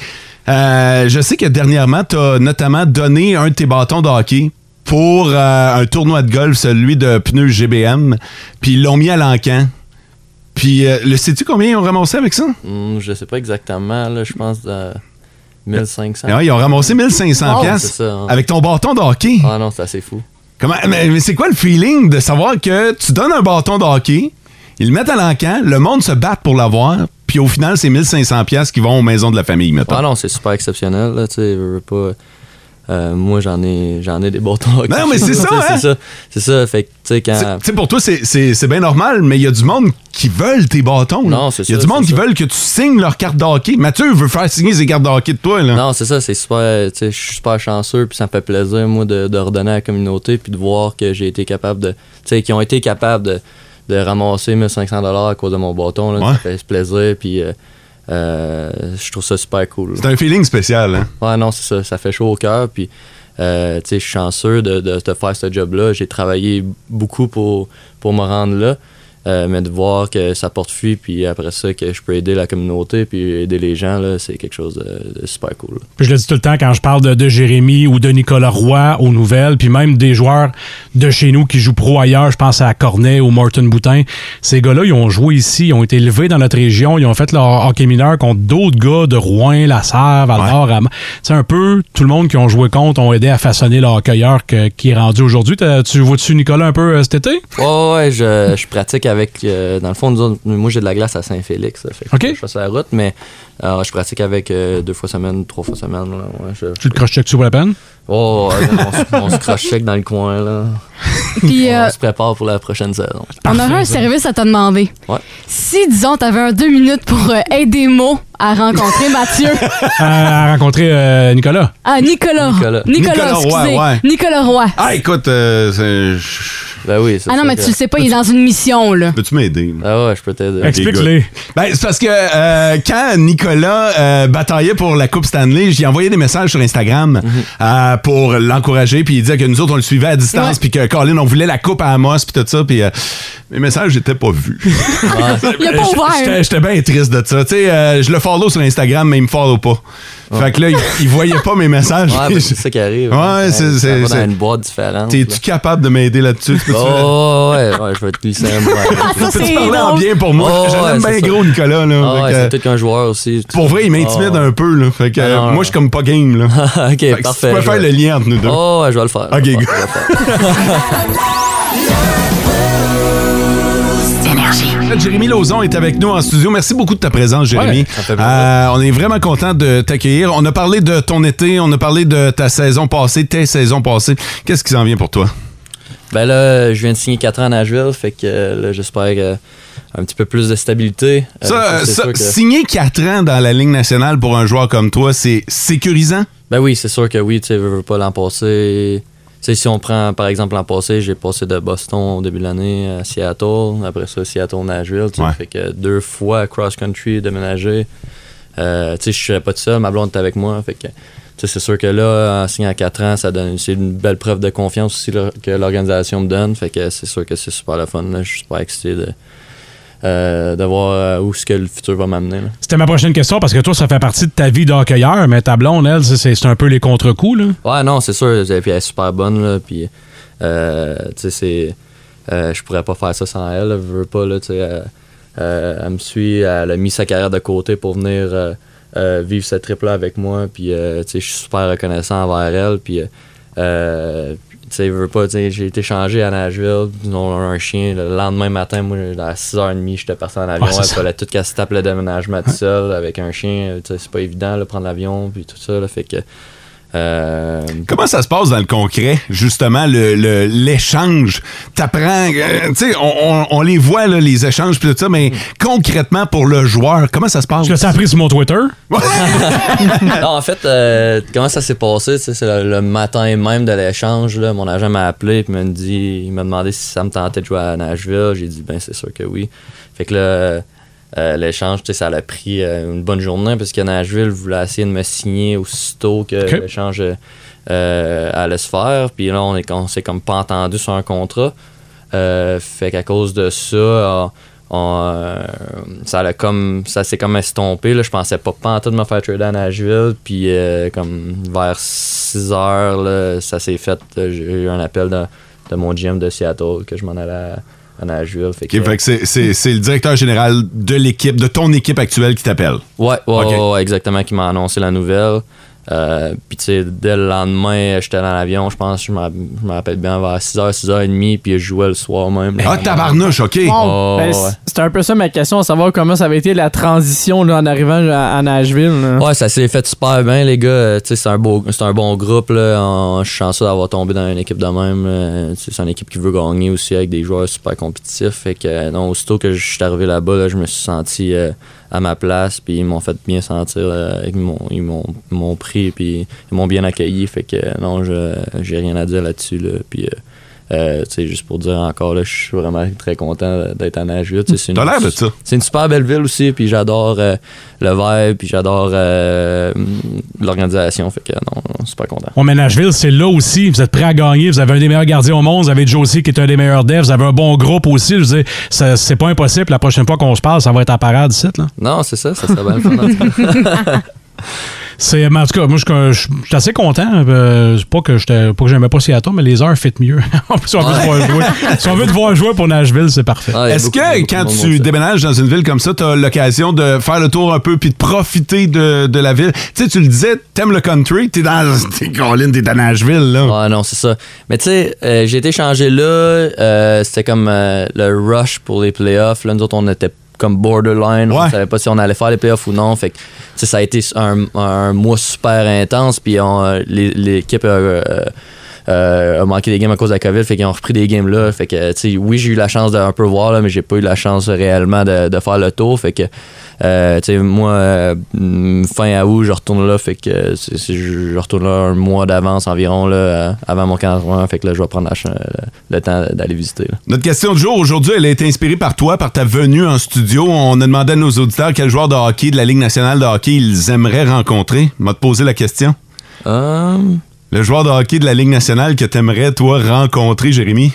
Speaker 2: euh, je sais que dernièrement, tu as notamment donné un de tes bâtons de hockey pour euh, un tournoi de golf, celui de pneus GBM, puis ils l'ont mis à l'encan. Puis, euh, le sais-tu combien ils ont ramassé avec ça?
Speaker 11: Hmm, je sais pas exactement, là, je pense euh, 1500.
Speaker 2: Ah ouais, ils ont ramassé 1500
Speaker 11: Oh,
Speaker 2: piastres
Speaker 11: c'est ça, hein.
Speaker 2: avec ton bâton de hockey.
Speaker 11: Ah non, c'est assez fou.
Speaker 2: Comment, mais, mais c'est quoi le feeling de savoir que tu donnes un bâton de hockey, ils le mettent à l'encan, le monde se bat pour l'avoir, puis au final, c'est 1500 pièces qui vont aux maisons de la famille, mettons.
Speaker 11: Ah non, c'est super exceptionnel, là, tu sais, je veux pas... euh, moi, j'en ai, j'en ai des bâtons. hockey.
Speaker 2: Non, mais c'est ça,
Speaker 11: Tu
Speaker 2: hein?
Speaker 11: sais, C'est ça, c'est ça, fait que, tu sais,
Speaker 2: Tu
Speaker 11: quand...
Speaker 2: sais, pour toi, c'est- c'est c'est bien normal, mais il y a du monde qui veulent tes bâtons. là.
Speaker 11: Non, c'est
Speaker 2: Il y a
Speaker 11: ça,
Speaker 2: du monde
Speaker 11: c'est
Speaker 2: qui
Speaker 11: ça.
Speaker 2: veulent que tu signes leur carte de hockey. Mathieu veut faire signer ses cartes de hockey de toi. Là.
Speaker 11: Non, c'est ça, c'est super. tu sais, Je suis super chanceux, puis ça me fait plaisir, moi, de, de redonner à la communauté, puis de voir que j'ai été capable de. Tu sais, qu'ils ont été capables de, de ramasser 1500 à cause de mon bâton. Là, Ça fait plaisir, puis euh, euh, je trouve ça super cool. là.
Speaker 2: C'est un feeling spécial. hein.
Speaker 11: Ouais, non, c'est ça. Ça fait chaud au cœur. Puis, euh, tu sais, je suis chanceux de, de, de faire ce job-là. J'ai travaillé beaucoup pour, pour me rendre là. Euh, mais de voir que ça porte fruit, puis après ça, que je peux aider la communauté, puis aider les gens, là, c'est quelque chose de, de super cool.
Speaker 3: Puis je le dis tout le temps quand je parle de, de Jérémy ou de Nicolas Roy aux nouvelles, puis même des joueurs de chez nous qui jouent pro ailleurs, je pense à Cornet ou Morton Boutin. Ces gars-là, ils ont joué ici, ils ont été élevés dans notre région, ils ont fait leur hockey mineur contre d'autres gars de Rouen, La Sarre, Val-d'Or. Am- C'est un peu tout le monde qui ont joué contre, ont aidé à façonner leur hockeyeur que- qui est rendu aujourd'hui. T'as- Tu vois-tu Nicolas un peu euh, cet été?
Speaker 11: Ouais, ouais, ouais, je, je pratique avec. euh, dans le fond, nous autres, moi, j'ai de la glace à Saint-Félix. ça Fait que Je fais sur la route, mais euh, je pratique avec euh, deux fois semaine, trois fois semaine. là, ouais, je-
Speaker 3: Tu le crochettes-tu pour la peine?
Speaker 11: Oh, ouais, on, se- on se croche dans le coin, là.
Speaker 4: Puis, euh,
Speaker 11: On se prépare pour la prochaine saison.
Speaker 4: on aurait un service à te demander.
Speaker 11: Ouais.
Speaker 4: Si, disons, t'avais un deux minutes pour euh, aider Mo à rencontrer Mathieu.
Speaker 3: Euh, À, à rencontrer euh, Nicolas.
Speaker 4: Ah, Nicolas.
Speaker 3: Nicolas.
Speaker 4: Nicolas,
Speaker 3: Nicolas Roy,
Speaker 4: excusez.
Speaker 3: ouais.
Speaker 4: Nicolas Roy.
Speaker 2: Ah, écoute, euh, c'est-
Speaker 11: Ben oui,
Speaker 4: Ah non, mais tu le sais pas, il est dans une mission, là.
Speaker 2: Peux-tu m'aider?
Speaker 11: Ah ouais, je peux t'aider.
Speaker 3: Explique-les.
Speaker 2: Ok, good. Ben, c'est parce que euh, quand Nicolas euh, bataillait pour la Coupe Stanley, j'ai envoyé des messages sur Instagram
Speaker 11: Mhm.
Speaker 2: euh, pour l'encourager, puis il disait que nous autres, on le suivait à distance, puis que Colin, on voulait la Coupe à Amos, puis tout ça, puis euh, mes messages n'étaient pas vus.
Speaker 4: Il a pas
Speaker 2: J-
Speaker 4: ouvert.
Speaker 2: j'étais- J'étais bien triste de ça. Tu sais, euh, je le follow sur Instagram, mais il me follow pas. Fait que là, il, il voyait pas mes messages.
Speaker 11: Ouais, ben, c'est ça qui arrive.
Speaker 2: Ouais, c'est-
Speaker 11: Ça
Speaker 2: c'est-
Speaker 11: va
Speaker 2: c'est-
Speaker 11: dans une boîte différente.
Speaker 2: T'es-tu capable de m'aider là-dessus? Tu peux-tu-
Speaker 11: Oh, ouais, ouais, je vais te glisser un
Speaker 4: Ah,
Speaker 11: mot.
Speaker 2: Peux-tu parler en bien pour moi?
Speaker 11: Oh,
Speaker 2: Je l'aime
Speaker 11: ouais,
Speaker 2: bien
Speaker 11: c'est ça.
Speaker 2: gros, Nicolas. Là,
Speaker 11: Ah
Speaker 2: Fait
Speaker 11: ouais,
Speaker 2: que-
Speaker 11: c'est tout qu'un joueur aussi.
Speaker 2: Pour vrai, il m'intimide
Speaker 11: Ah.
Speaker 2: un peu, là. Fait que euh,
Speaker 11: non, non.
Speaker 2: moi, je suis comme pas game, là.
Speaker 11: ok,
Speaker 2: Fait que si
Speaker 11: parfait,
Speaker 2: tu peux
Speaker 11: je
Speaker 2: faire
Speaker 11: vais-
Speaker 2: le lien entre nous deux.
Speaker 11: Oh, ouais, je vais le faire.
Speaker 2: Ok,
Speaker 11: Je vais le faire.
Speaker 2: good.
Speaker 9: Énergie.
Speaker 2: Jérémy Lauzon est avec nous en studio. Merci beaucoup de ta présence, Jérémy.
Speaker 11: Ouais, ça fait plaisir.
Speaker 2: Euh, on est vraiment content de t'accueillir. On a parlé de ton été, on a parlé de ta saison passée, tes saisons passées. Qu'est-ce qui s'en vient pour toi?
Speaker 11: Ben là, je viens de signer 4 ans à Nashville, fait que euh, là, j'espère euh, un petit peu plus de stabilité. Euh,
Speaker 2: Ça,
Speaker 11: c'est
Speaker 2: ça,
Speaker 11: sûr que-
Speaker 2: signer 4 ans dans la Ligue nationale pour un joueur comme toi, c'est sécurisant?
Speaker 11: Ben oui, c'est sûr que oui, tu sais, veux, veux pas l'an passé. Tu sais, si on prend par exemple l'an passé, j'ai passé de Boston au début de l'année à Seattle, après ça Seattle Nashville, tu sais,
Speaker 2: Ouais.
Speaker 11: fait que deux fois cross country déménager. Euh, tu sais, je suis pas tout seul, ma blonde est avec moi, fait que tu sais, c'est sûr que là en signant 4 ans, ça donne c'est une belle preuve de confiance aussi là, que l'organisation me donne, fait que c'est sûr que c'est super le fun, là. je suis super excité de euh, de voir euh, où ce que le futur va m'amener. là.
Speaker 3: C'était ma prochaine question parce que toi, ça fait partie de ta vie d'hockeyeur, mais ta blonde, elle, c'est- c'est c'est un peu les contre-coups. là.
Speaker 11: Ouais, non, c'est sûr. Et Puis elle est super bonne, là. Puis, euh, tu sais, c'est. euh, je pourrais pas faire ça sans elle, là, veux veux pas, là, tu sais. euh, euh, elle me suit, elle a mis sa carrière de côté pour venir euh, euh, vivre cette trip-là avec moi. Puis, euh, tu sais, je suis super reconnaissant envers elle. Puis, euh, euh, tu sais, veux veux pas, tu sais, j'ai été changé à Nashville. On a un chien. Le lendemain matin, moi, à 6h30, j'étais parti en avion.
Speaker 3: Ouais, c'est
Speaker 11: il
Speaker 3: ça.
Speaker 11: fallait tout qu'elle se tape le déménagement tout seul avec un chien. Tu sais, c'est pas évident, là, prendre l'avion, puis tout ça, là. Fait que. euh,
Speaker 2: Comment ça se passe dans le concret, justement, le- le- l'échange? T'apprends, euh, tu sais, on, on- on les voit, là, les échanges, puis tout ça, mais
Speaker 11: Mm.
Speaker 2: concrètement, pour le joueur, comment ça se passe? Je l'ai
Speaker 3: appris sur mon Twitter.
Speaker 11: non, en fait, euh, comment ça s'est passé? tu sais, C'est le, le matin même de l'échange. là, Mon agent m'a appelé et m'a dit, il m'a demandé si ça me tentait de jouer à Nashville. J'ai dit, ben c'est sûr que oui. Fait que là, euh, l'échange, tu sais, ça a pris euh, une bonne journée parce que Nashville voulait essayer de me signer aussitôt que
Speaker 3: Ok.
Speaker 11: l'échange euh, euh, allait se faire. Puis là, on est- on s'est comme pas entendu sur un contrat. Euh, fait qu'à cause de ça, euh, on, euh, ça l'a comme ça s'est comme estompé. Là. Je pensais pas pas en tout me faire trader à Nashville. Puis euh, comme vers 6 heures, là, ça s'est fait. Euh, J'ai eu un appel de, de mon GM de Seattle que je m'en allais à, à Nashville. Fait que,
Speaker 2: OK, fait que c'est- c'est c'est le directeur général de l'équipe, de ton équipe actuelle qui t'appelle.
Speaker 11: Ouais, ouais,
Speaker 2: Ok.
Speaker 11: ouais, ouais, exactement, qui m'a annoncé la nouvelle. Euh, puis, tu sais, dès le lendemain, j'étais dans l'avion, je pense, je m'en- je me rappelle bien, vers 6h, 6h30, puis je jouais le soir même.
Speaker 2: Ah, tabarnouche, OK.
Speaker 11: Oh,
Speaker 6: Ben,
Speaker 11: ouais.
Speaker 6: c'est- C'était un peu ça ma question, à savoir comment ça avait été la transition là, en arrivant à, à Nashville. là.
Speaker 11: Ouais, ça s'est fait super bien, les gars. Euh, tu sais, c'est un, beau, c'est un bon groupe. Là. On- je suis chanceux d'avoir tombé dans une équipe de même. Euh, tu sais, c'est une équipe qui veut gagner aussi avec des joueurs super compétitifs. Fait que, euh, non, aussitôt que je suis arrivé là-bas, là, je me suis senti euh, à ma place. Puis ils m'ont fait bien sentir. euh, ils, m'ont, ils, m'ont, ils m'ont pris. Puis ils m'ont bien accueilli. Fait que, euh, non, je, j'ai rien à dire là-dessus. Là. Puis. euh, euh, tu sais, juste pour dire encore, là, je suis vraiment très content d'être à Nashville. Tu sais, c'est une-
Speaker 2: T'as l'air de ça.
Speaker 11: c'est une super belle ville aussi, puis j'adore euh, le verre, puis j'adore euh, l'organisation. Fait que non, non, super content.
Speaker 3: On met Nashville, c'est là aussi. Vous êtes prêts à gagner. Vous avez un des meilleurs gardiens au monde. Vous avez Josie qui est un des meilleurs devs. Vous avez un bon groupe aussi. Je veux dire, ça- c'est pas impossible. La prochaine fois qu'on se parle, ça va être en parade ici. Là.
Speaker 11: Non, c'est ça, ça serait bien le fun. en tout cas.
Speaker 3: C'est, mais en tout cas, moi, je je- je suis assez content. Euh, c'est pas que j'étais- pas que j'aimais pas Seattle, mais les heures fit mieux. si, on veut te voir jouer, si on veut te voir jouer pour Nashville, c'est parfait.
Speaker 11: Ah,
Speaker 2: Est-ce que quand tu déménages dans une ville comme ça, t'as l'occasion de faire le tour un peu puis de profiter de, de la ville? Tu sais, tu le disais, t'aimes le country, t'es dans. T'es Colin, t'es dans Nashville, là.
Speaker 11: Ouais, non, c'est ça. Mais tu sais, euh, j'ai été changé là. euh, c'était comme euh, le rush pour les playoffs. Là, nous autres, on était comme borderline. On savait pas si on allait faire les playoffs ou non. Fait que, tu sais, ça a été un, un mois super intense. Puis on, euh, les- l'équipe a, euh, euh, a manqué des games à cause de la COVID. Fait qu'ils ont repris des games là. Fait que, tu sais, oui, j'ai eu la chance d'un peu voir, là, mais j'ai pas eu la chance réellement de, de faire le tour. Fait que, euh, tu sais, moi, euh, mm, fin août, je retourne là. Fait que euh, c'est- c'est- je je retourne là un mois d'avance environ, là, euh, avant mon 15 mois. Fait que là, je vais prendre la ch- le, le temps d'aller visiter. là.
Speaker 2: Notre question du jour aujourd'hui, elle a été inspirée par toi, par ta venue en studio. On a demandé à nos auditeurs quel joueur de hockey de la Ligue nationale de hockey ils aimeraient rencontrer. M'a te posé la question.
Speaker 11: Euh.
Speaker 2: Le joueur de hockey de la Ligue nationale que t'aimerais, toi, rencontrer, Jérémy?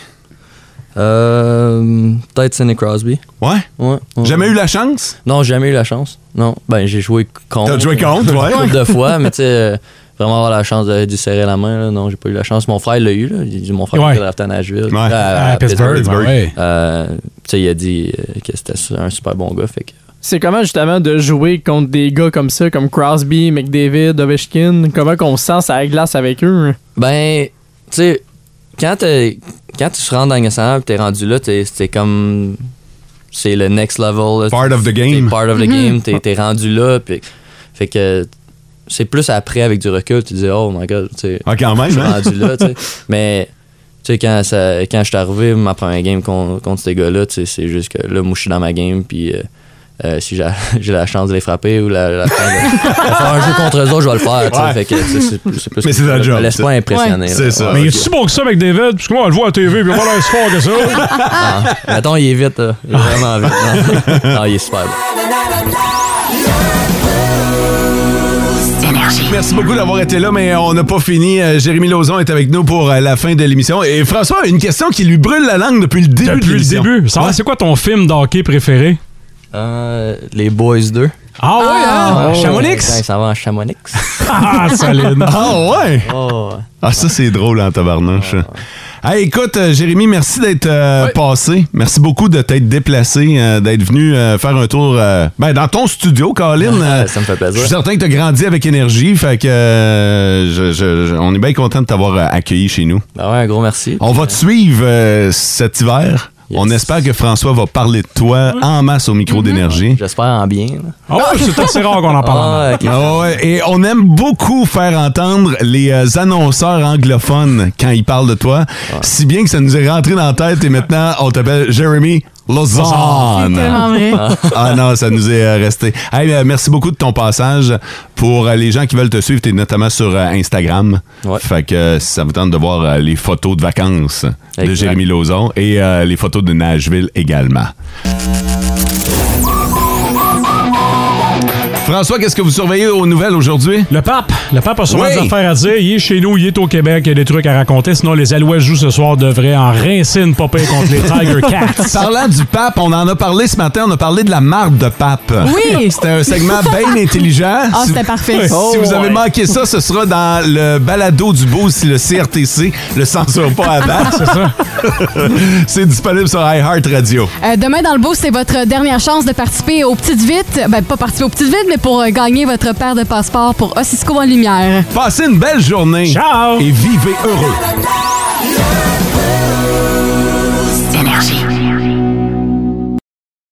Speaker 11: Euh, Peut-être Sidney Crosby.
Speaker 2: Ouais?
Speaker 11: ouais,
Speaker 2: Jamais eu la chance?
Speaker 11: Non, jamais eu la chance. Non, ben j'ai joué contre.
Speaker 2: T'as joué contre, ouais.
Speaker 11: Une couple de fois, mais tu sais, euh, vraiment avoir la chance de, d'y serrer la main, là, non, j'ai pas eu la chance. Mon frère l'a eu, là. Il dit, mon frère
Speaker 3: Ouais.
Speaker 11: était drafté à Nashville.
Speaker 3: Ouais.
Speaker 11: Ah,
Speaker 3: À Pittsburgh, ouais.
Speaker 11: Euh, tu sais, il a dit euh, que c'était un super bon gars, fait que.
Speaker 6: C'est comment justement de jouer contre des gars comme ça, comme Crosby, McDavid, Ovechkin, comment qu'on se sent à la glace avec eux?
Speaker 11: Ben, tu sais, quand, t'es- quand tu te rends dans le national et t'es rendu là, t'es- c'est comme c'est le next level. là.
Speaker 2: Part of the game.
Speaker 11: T'es part of the
Speaker 2: Mhm.
Speaker 11: game, t'es t'es rendu là. Puis, fait que c'est plus après, avec du recul, tu dis, oh my god, tu sais.
Speaker 2: Ah, quand même,
Speaker 11: je suis
Speaker 2: hein?
Speaker 11: rendu là, tu sais. Mais, tu sais, quand, ça- quand je suis arrivé, ma première game con- contre ces gars-là, tu sais, c'est juste que là, moi, je suis dans ma game, puis. euh, euh, si j'ai j'ai la chance de les frapper ou la, la chance de, de faire un jeu contre eux autres, je vais le faire. tu sais.
Speaker 2: Ouais.
Speaker 11: Fait que, tu sais, c'est plus- c'est plus-
Speaker 2: Mais c'est ta
Speaker 11: je me
Speaker 2: job,
Speaker 11: Laisse
Speaker 2: ça.
Speaker 11: pas impressionner.
Speaker 2: Ouais. C'est ça.
Speaker 3: Mais il est si bon que ça avec David? Parce que moi, on le voit à TV, puis on va l'air si fort que ça.
Speaker 11: Attends, Ah, il est vite, là. Il est vraiment vite. Non, Non, il est super. bon.
Speaker 2: Merci beaucoup d'avoir été là, mais on n'a pas fini. Euh, Jérémy Lauzon est avec nous pour euh, la fin de l'émission. Et François a une question qui lui brûle la langue depuis le début de
Speaker 3: Depuis le
Speaker 2: l'émission.
Speaker 3: début. Ça va,
Speaker 2: Ouais.
Speaker 3: C'est quoi ton film d'hockey préféré?
Speaker 11: Euh, les Boys 2.
Speaker 3: Ah ouais, hein?
Speaker 11: Oh,
Speaker 3: Chamonix?
Speaker 11: ouais, Ça va en Chamonix.
Speaker 3: Ah, solide.
Speaker 2: Ah ouais?
Speaker 11: Oh, Ah,
Speaker 2: Ah, ça, c'est drôle en tabarnouche. Hey, écoute, euh, Jérémy, merci d'être euh, passé. Merci beaucoup de t'être déplacé, euh, d'être venu euh, faire un tour euh, ben, dans ton studio, Colin. Euh,
Speaker 11: ça me fait
Speaker 2: je
Speaker 11: plaisir.
Speaker 2: suis certain que tu as grandi avec énergie, fait que euh, je- je- je- on est bien content de t'avoir euh, accueilli chez nous.
Speaker 11: Ah ouais, un gros merci.
Speaker 2: On va te suivre euh, cet hiver. On espère que François va parler de toi en masse au micro d'énergie.
Speaker 11: J'espère en bien. là.
Speaker 3: Ah ouais, c'est assez rare qu'on en parle. en
Speaker 11: Ah, ok.
Speaker 2: Ah ouais, et on aime beaucoup faire entendre les euh, annonceurs anglophones quand ils parlent de toi, si bien que ça nous est rentré dans la tête et maintenant on t'appelle Jeremy Lausanne.
Speaker 4: C'est tellement vrai.
Speaker 2: Ah non, ça nous est euh, resté. Hey, euh, merci beaucoup de ton passage. Pour euh, les gens qui veulent te suivre, t'es notamment sur euh, Instagram. Fait que euh, si ça vous tente de voir euh, les photos de vacances de
Speaker 11: Exact.
Speaker 2: Jérémy Lauzon et euh, les photos de Nashville également. François, qu'est-ce que vous surveillez aux nouvelles aujourd'hui?
Speaker 3: Le pape. Le pape a sûrement
Speaker 2: Oui.
Speaker 3: des affaires à dire. Il est chez nous, il est au Québec, il y a des trucs à raconter. Sinon, les Alouettes jouent ce soir devraient en rincer une popée contre les Tiger Cats.
Speaker 2: Parlant du pape, on en a parlé ce matin, on a parlé de la marde de pape.
Speaker 4: Oui.
Speaker 2: C'était un segment bien intelligent.
Speaker 4: Ah,
Speaker 2: Si-
Speaker 4: c'était parfait.
Speaker 2: si
Speaker 4: Oh,
Speaker 2: vous
Speaker 4: ouais.
Speaker 2: avez manqué ça, ce sera dans le balado du beau si le CRTC le censure pas avant. C'est ça. C'est disponible sur iHeartRadio.
Speaker 4: Euh, demain dans le beau, c'est votre dernière chance de participer aux petites vites. Ben, pas participer aux petites vites, mais pour euh, gagner votre paire de passeports pour Ossisco en lumière.
Speaker 2: Passez une belle journée.
Speaker 3: Ciao.
Speaker 2: Et vivez heureux.
Speaker 9: Énergie.